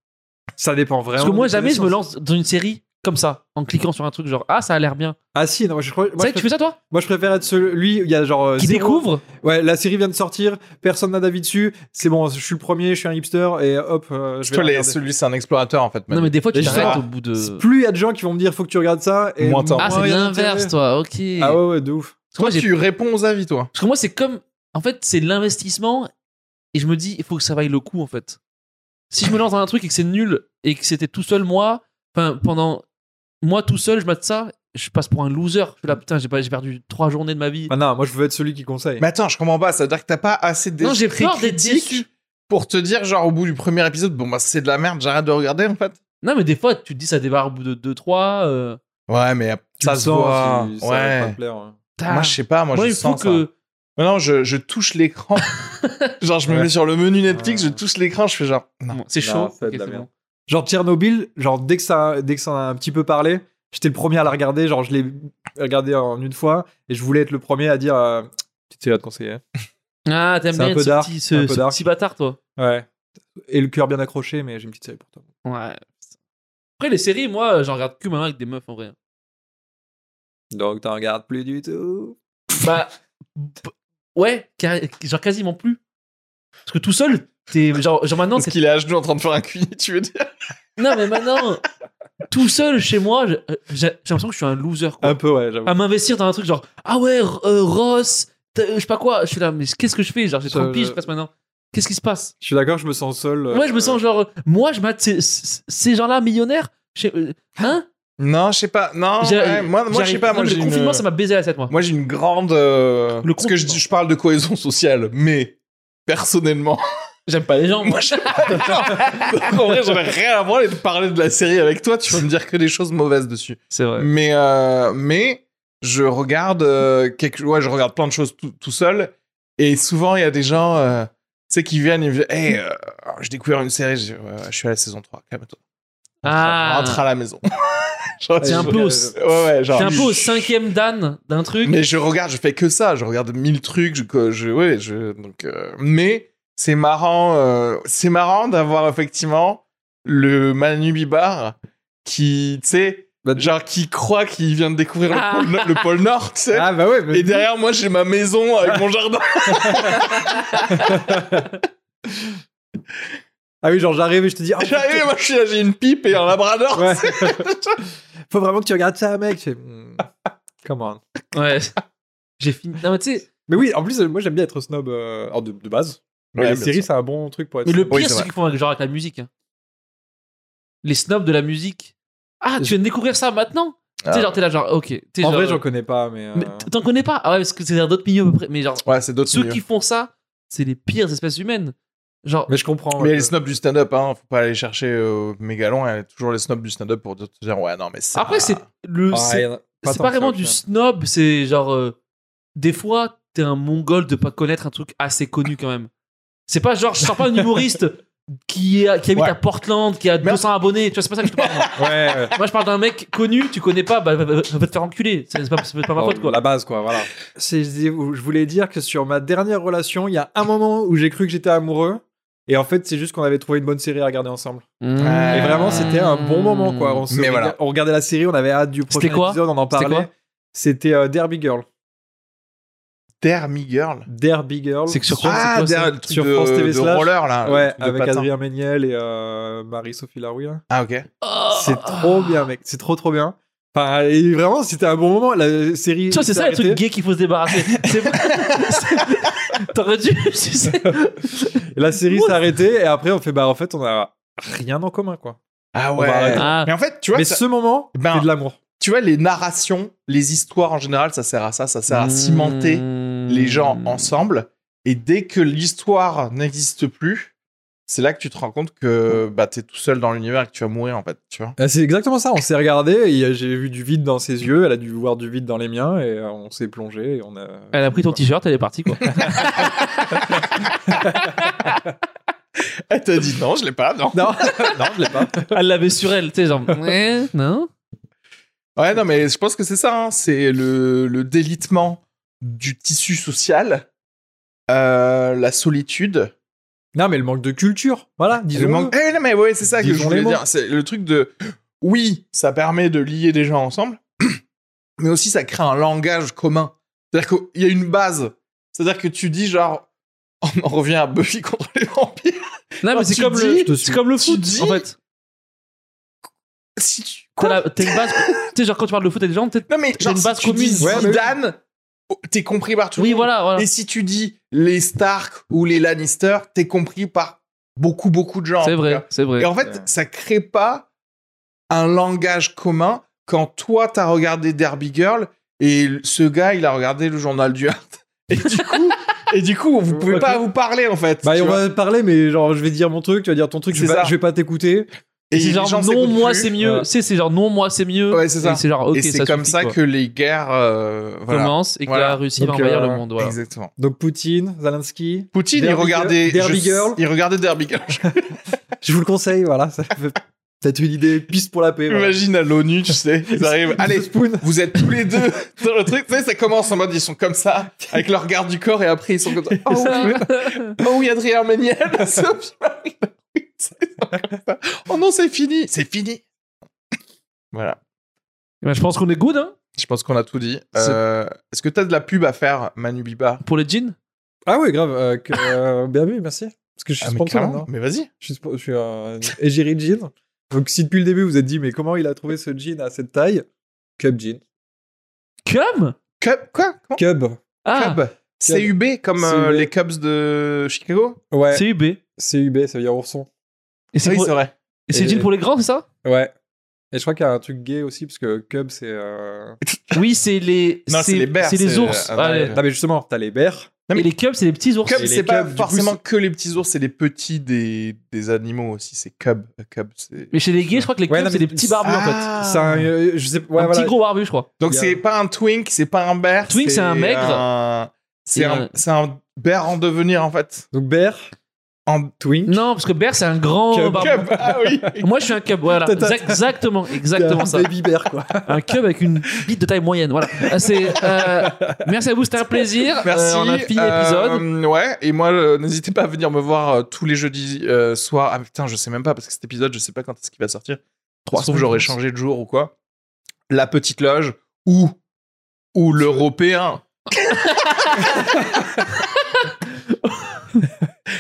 S3: Ça dépend vraiment.
S2: Parce que moi,
S3: des
S2: jamais je me
S3: connaissances.
S2: lance dans une série comme ça, en cliquant sur un truc genre Ah, ça a l'air bien.
S3: Ah si, non, moi je, crois- moi,
S2: Tu
S3: je
S2: sais, tu fais ça, toi
S3: préfère- moi, je préfère être celui. Il y a genre. euh,
S2: Qui
S3: zéro-
S2: découvre
S3: Ouais, la série vient de sortir, personne n'a d'avis dessus. C'est bon, je suis le premier, je suis un hipster et hop, euh, je vais.
S1: Toi,
S3: la
S1: les-
S3: regarder.
S1: celui, c'est un explorateur, en fait. Manu.
S2: Non, mais des fois, tu
S3: Et je
S2: t'arrêtes
S1: sais.
S2: au bout de.
S3: Plus il y a de gens qui vont me dire faut que tu regardes ça et
S1: Moins t'en
S2: Ah, c'est
S3: il y a
S2: l'inverse,
S3: d'intérêt.
S2: toi, ok.
S3: Ah ouais, ouais, de ouf.
S2: Parce que
S1: Toi,
S2: moi, j'ai-
S1: tu réponds aux avis, toi.
S2: Parce que moi, c'est comme. En fait, c'est de l'investissement et je me dis, il faut que ça vaille le coup, en fait. Si je me lance dans un truc et que c'est nul et que c'était tout seul, moi, enfin, pendant. Moi, tout seul, je mate ça, je passe pour un loser. Je suis là, putain, j'ai pas- j'ai perdu trois journées de ma vie.
S3: Ah non, moi je veux être celui qui conseille.
S1: Mais attends, je comprends pas. Ça veut dire que t'as pas assez de
S2: Non, j'ai peur d'être déçu.
S1: pour te dire, genre, au bout du premier épisode, bon, bah, c'est de la merde, j'arrête de regarder, en fait.
S2: Non, mais des fois, tu te dis, ça débarre au bout de euh, 2-3.
S1: Ouais, mais
S3: Tu
S1: ça
S3: le
S1: se
S3: sens
S1: voit.
S3: si ça va pas
S1: ouais.
S3: te plaire, hein.
S1: Moi, je sais pas, moi,
S2: Moi,
S1: je
S2: il faut
S1: sens ça.
S2: que.
S1: Mais Non, je, je touche l'écran. genre, je me
S3: Ouais.
S1: mets sur le menu Netflix,
S3: Ouais.
S1: je touche l'écran, je fais genre. Non.
S2: Bon, c'est
S3: Non,
S2: chaud.
S3: ça va
S2: ok,
S3: être de la
S2: c'est
S3: merde.
S2: bon.
S3: Genre Tchernobyl, genre dès que ça, dès que ça en a un petit peu parlé, j'étais le premier à la regarder. Genre je l'ai regardé en une fois et je voulais être le premier à dire euh, petite série à te conseiller.
S2: Ah, t'aimes
S3: C'est un
S2: bien
S3: peu
S2: ce,
S3: dark,
S2: petit,
S3: c'est un
S2: ce,
S3: peu
S2: ce
S3: dark.
S2: petit bâtard, toi.
S3: Ouais. Et le cœur bien accroché, mais j'ai une petite série pour toi.
S2: Ouais. Après, les séries, moi, euh, j'en regarde que maintenant avec des meufs, en vrai.
S3: Donc t'en regardes plus du tout.
S2: Bah, p- ouais, ca- genre quasiment plus. Parce que tout seul, t'es. Genre, genre maintenant,
S1: Parce
S2: c'est.
S1: qu'il est à genoux en train de faire un cuit, tu veux dire
S2: Non, mais maintenant, tout seul chez moi, je- euh, j'ai j'ai l'impression que je suis un loser, quoi.
S3: Un peu ouais, j'avoue.
S2: À m'investir dans un truc genre, ah ouais, R- euh, Ross, t'as- euh, je sais pas quoi, je suis là, mais qu'est-ce que je fais Genre, j'ai
S3: Ça,
S2: 30 piges,
S3: je-
S2: je passe maintenant. Qu'est-ce qui se passe
S3: Je suis d'accord, je me sens seul. euh,
S2: Moi, je me sens genre, moi, je mate ces, ces- ces gens-là millionnaires. Je- euh, hein
S1: Non, je sais pas. Non,
S2: J'ai-
S1: Ah, ouais, moi, moi je sais
S2: j'arrive-
S1: pas.
S2: non,
S1: Moi,
S2: mais
S1: j'ai
S2: le confinement,
S1: une... euh,
S2: ça m'a baisé la tête, moi.
S1: moi, j'ai une grande. euh,
S2: Le
S1: Parce que je,
S2: confinement.
S1: je parle de cohésion sociale, mais personnellement,
S2: J'aime pas les gens, moi.
S1: moi, je. en vrai, j'en ai rien à voir et de parler de la série avec toi, tu vas me dire que des choses mauvaises dessus.
S2: C'est vrai.
S1: Mais, euh, mais je regarde euh, quelque... ouais, je regarde plein de choses tout, tout seul. Et souvent, il y a des gens, euh, tu sais, qui viennent et me disent, hey, euh, j'ai découvert une série, je, dis, Ouais, ouais, je suis à la saison 3, calme-toi.
S2: Ah.
S1: Rentre à la maison. Genre,
S2: C'est
S1: je-
S2: un peu au-
S3: euh,
S1: Ouais, ouais, genre.
S2: T'es un peu au cinquième dan d'un truc.
S1: Mais je regarde, je fais que ça. Je regarde mille trucs. Je, que- je- ouais, je, donc, euh, mais c'est marrant, euh, c'est marrant d'avoir effectivement le Manu Bibar qui, tu sais,
S3: Bah,
S1: genre qui croit qu'il vient de découvrir
S2: Ah.
S1: le, pôle, Nord- le pôle Nord, tu sais.
S3: Ah bah ouais. Mais...
S1: Et derrière moi, j'ai ma maison avec mon jardin.
S3: Ah oui, genre j'arrive et je te dis. ah,
S1: J'arrive, moi, je suis là, j'ai une pipe et un labrador.
S3: Ouais. Faut vraiment que tu regardes ça, mec. Je fais, hmm, Come on.
S2: Ouais. J'ai fini. Non, mais tu sais,
S3: Mais oui, en plus, euh, moi j'aime bien être snob euh, alors de, de base. Mais
S1: Ouais,
S3: les
S1: bien
S3: séries,
S1: sûr.
S3: c'est un bon truc pour être
S2: mais le
S3: snob.
S1: Oui, c'est
S2: pire, c'est
S1: vrai.
S2: qu'ils font avec, genre avec la musique. hein. Les snobs de la musique. Ah, tu viens de découvrir ça maintenant Tu
S1: Ah.
S2: sais, genre, t'es là, genre, ok. T'es
S3: En
S2: genre,
S3: vrai, j'en connais pas, mais. euh,
S2: mais t- T'en connais pas Ah ouais, parce que c'est dans d'autres milieux à peu près. Mais genre,
S1: Ouais, c'est d'autres
S2: ceux
S1: milieux.
S2: qui font ça, c'est les pires espèces humaines. Genre,
S3: Mais je comprends.
S1: Mais euh,
S3: ouais,
S1: les
S3: que-
S1: snobs du stand-up, hein, faut pas aller chercher euh, méga loin. Elle est toujours les snobs du stand-up pour dire, dire, ouais, non, mais ça.
S2: après, c'est le.
S3: Ah,
S2: c'est-
S3: y en a-
S2: c'est
S3: tant
S2: pas
S3: que ça,
S2: vraiment
S3: au
S2: du
S3: final.
S2: snob, c'est genre. euh, des fois, t'es un mongol de pas connaître un truc assez connu quand même. C'est pas genre, je sors pas un humoriste qui, est- qui habite
S1: Ouais.
S2: à Portland, qui a
S1: Mais-
S2: 200 abonnés. Tu vois, c'est pas ça que je te parle. moi.
S3: Ouais, ouais.
S2: Moi, je parle d'un mec connu, tu connais pas, bah, bah, bah, va te faire enculer. C'est c'est pas, c'est pas ma faute, quoi.
S3: La base, quoi, voilà. Je voulais dire que sur ma dernière relation, il y a un moment où j'ai cru que j'étais amoureux. Et en fait, c'est juste qu'on avait trouvé une bonne série à regarder ensemble.
S1: Ouais.
S2: Ah.
S3: Et vraiment, c'était un bon moment, quoi. On, se
S1: Mais
S3: rega-
S1: voilà.
S3: on regardait la série, on avait hâte du prochain
S2: C'était quoi
S3: épisode, on en
S2: C'était quoi
S3: parlait. C'était euh, Derby Girl.
S1: Dermy Girl.
S3: Derby Girl.
S2: C'est que sur quoi
S1: ah,
S2: c'est
S1: der-
S2: ça
S1: le truc
S3: Sur
S1: de,
S3: France TV
S1: de
S3: slash.
S1: roller, là. le
S3: Ouais,
S1: truc de
S3: avec
S1: patin.
S3: Adrien Méniel et euh, Marie-Sophie Laroui. là.
S1: Ah, ok.
S2: Ah.
S3: C'est trop bien, mec. C'est trop, trop bien. Enfin, et vraiment, c'était un bon moment. La série.
S2: Tu vois, c'est
S3: s'est
S2: ça le truc
S3: arrêtée.
S2: gay qu'il faut se débarrasser. C'est pas- c'est- T'aurais dû, tu sais.
S3: Et La série s'est arrêtée. Et après, on fait, bah, en fait, on a rien en commun, quoi.
S1: Ah
S3: va
S1: ouais.
S3: arrêter.
S2: Ah.
S1: Mais en fait, tu vois,
S3: Mais
S1: ça-
S3: ce moment,
S1: Ben,
S3: c'est de l'amour.
S1: tu vois, les narrations, les histoires en général, ça sert à ça. Ça sert à cimenter les gens
S3: Mmh.
S1: ensemble. Et dès que l'histoire n'existe plus, c'est là que tu te rends compte que bah, t'es tout seul dans l'univers et que tu vas mourir, en fait. Tu vois.
S3: Ah, C'est exactement ça. On s'est regardé. et, euh, J'ai vu du vide dans ses yeux. Elle a dû voir du vide dans les miens. Et euh, on s'est plongé. Et on a.
S2: Elle a pris ton t-shirt, elle est partie quoi.
S1: Elle t'a dit non, je l'ai pas, non.
S3: Non, non, je l'ai pas.
S2: Elle l'avait sur elle, tu sais, genre. Ouais, non
S1: Ouais, non, mais je pense que c'est ça. hein. C'est le, le délitement du tissu social, euh, la solitude.
S3: Non, mais le manque de culture. Voilà, disons.
S1: le manque... Eh, non, mais ouais, c'est ça que je
S3: Oh. Disons
S1: voulais
S3: les mots.
S1: dire. C'est le truc de. Oui, ça permet de lier des gens ensemble, mais aussi ça crée un langage commun. C'est-à-dire qu'il y a une base. C'est-à-dire que tu dis genre. On en revient à Buffy contre les vampires.
S2: Non, Ah, mais c'est
S1: tu
S2: comme,
S1: dis-
S2: le, c'est comme le
S1: tu
S2: foot
S1: dis-
S2: en fait.
S1: Si tu-
S2: T'as
S1: Quoi
S2: la- T'as une base. Tu sais, genre quand tu parles de foot, t'as des gens, t'es.
S1: Non, mais genre,
S2: une base
S1: si tu dis
S3: commune. Ouais, mais oui.
S1: Zidane, oh, t'es compris par tout le
S2: Oui,
S1: monde.
S2: voilà, voilà.
S1: Et si tu dis les Stark ou les Lannister, t'es compris par beaucoup, beaucoup de gens.
S2: C'est vrai, c'est vrai.
S1: Et en fait, ça crée pas un langage commun quand toi, t'as regardé Derby Girl et ce gars, il a regardé le journal du Hard. Et du coup, et du coup vous pouvez pas vous parler, en fait.
S3: Bah,
S1: tu
S3: on
S1: vois.
S3: va parler, mais genre, je vais dire mon truc, tu vas dire ton truc, je
S1: C'est
S3: vais, pas,
S1: ça.
S3: je vais pas t'écouter.
S1: Et
S2: Et c'est
S1: les
S2: genre
S1: gens
S2: non,
S1: s'écoutent
S2: moi
S1: plus.
S2: c'est mieux.
S3: Ouais.
S2: Tu sais, c'est genre non, moi c'est mieux.
S1: Ouais, c'est ça.
S2: Et c'est genre ok,
S1: et c'est comme
S2: suffit,
S1: ça
S2: quoi.
S1: que les guerres euh, voilà.
S2: commence et que
S1: Voilà.
S2: la Russie
S3: Donc,
S2: va envahir
S3: euh,
S2: le monde. Voilà.
S1: Exactement.
S3: Donc, Poutine, Zelensky,
S1: Poutine,
S3: Derby
S1: il regardait
S3: Girl- Derby
S1: je-
S3: Girl.
S1: Il regardait Derby Girl.
S3: je vous le conseille, voilà, ça fait peut-être une idée, piste pour la paix. voilà.
S1: Imagine à l'ONU, tu sais, ils arrivent. Allez,
S3: Spoon.
S1: vous êtes tous les deux dans le truc. Tu sais, ça commence en mode ils sont comme ça, avec leur garde du corps, et après ils sont comme ça. Oh oui, oh, oui Adrien Méniel, Sophie Marie. Ils sont comme ça. Oh non, c'est fini, c'est fini. Voilà.
S2: Bah, je pense qu'on est good hein,
S1: Je pense qu'on a tout dit. Euh, Est-ce que t'as de la pub à faire, Manu Biba
S2: pour les jeans.
S3: Ah oui, grave, euh, que, euh, bien vu, merci. Parce que je suis
S1: Ah, mais
S3: sponsor
S1: carrément.
S3: maintenant.
S1: Mais vas-y.
S3: Je suis, spo- je suis un égérie de jean. Donc, si depuis le début vous êtes dit, mais comment il a trouvé ce jean à cette taille Cub jean.
S2: Comme
S1: Cub, quoi Comment
S3: Cub.
S2: Ah,
S1: Cub. CUB, comme euh,
S3: CUB.
S1: les Cubs de Chicago
S3: Ouais,
S2: c'est UB. Et
S3: c'est UB, ça veut dire ourson.
S2: c'est pour-
S1: Ah vrai.
S2: et c'est
S3: et-
S2: jean pour les grands, c'est ça
S3: Ouais. Et je crois qu'il y a un truc gay aussi, parce que Cub, c'est. euh,
S2: Oui, c'est les
S1: Non, c'est les bears,
S2: c'est les
S1: c'est-
S2: ours.
S1: ah, ouais.
S2: Ouais.
S3: Non, mais justement, t'as les bears.
S2: Et les cubs, c'est les petits ours.
S1: Cub,
S3: Et
S1: c'est
S3: les
S1: pas
S3: cubs, du coup,
S1: forcément
S3: c'est-
S1: que les petits ours, c'est les petits des, des animaux aussi. C'est cub. Cub, c'est.
S2: Mais chez les gays, je crois que les
S3: Ouais,
S2: cubs,
S3: non,
S2: c'est
S3: mais
S2: des petits barbus en fait.
S1: Ah.
S3: C'est un. euh, je sais, ouais,
S2: un
S3: voilà.
S2: petit gros barbu, je crois.
S1: Donc
S3: Il y a-
S1: c'est pas un twink, c'est pas un bear.
S2: Twink, c'est un maigre.
S1: un- C'est
S2: Et
S1: un,
S2: un-
S1: c'est un bear en devenir en fait.
S3: Donc, bear,
S1: En
S3: twink.
S2: Non, parce que Bear, c'est un grand
S3: Cub.
S2: barbu.
S1: cub. Ah oui.
S2: Moi, je suis un cub, voilà.
S3: T'as- t'as-
S2: Exactement, exactement
S3: un
S2: ça.
S3: Baby bear, quoi.
S2: Un cub avec une bite de taille moyenne, voilà. Ah, c'est, euh, merci à vous, c'était un plaisir.
S1: Merci.
S2: Euh, on a fini
S1: Euh,
S2: l'épisode.
S1: ouais. Et moi, euh, n'hésitez pas à venir me voir euh, tous les jeudis euh, soir. Ah putain, je sais même pas parce que cet épisode, je sais pas quand est-ce qu'il va sortir. Trois. Sauf
S2: semaines,
S1: j'aurais
S2: je pense.
S1: changé de jour ou quoi. La petite loge ou ou l'européen.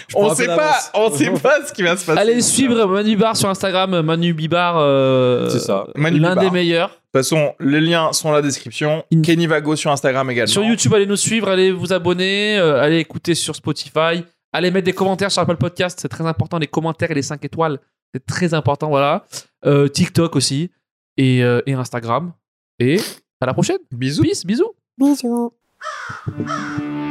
S3: Je prends
S1: On
S3: un peu
S1: sait pas,
S3: d'avance.
S1: on sait pas ce qui va se passer.
S2: Allez suivre Manu Bar sur Instagram, Manu Bibar, euh,
S3: C'est ça.
S1: Manu
S2: l'un
S1: Bibar.
S2: des meilleurs.
S1: De toute façon, les liens sont dans la description.
S2: In-
S1: Kenny Vago sur Instagram également.
S2: Sur YouTube, allez nous suivre, allez vous abonner, euh, allez écouter sur Spotify, allez mettre des commentaires sur Apple Podcast, c'est très important, les commentaires et les 5 étoiles, c'est très important, voilà. Euh, TikTok aussi, et, euh, et Instagram. Et à la prochaine.
S1: Bisous.
S2: Peace, bisous.
S3: Bisous.
S5: Thank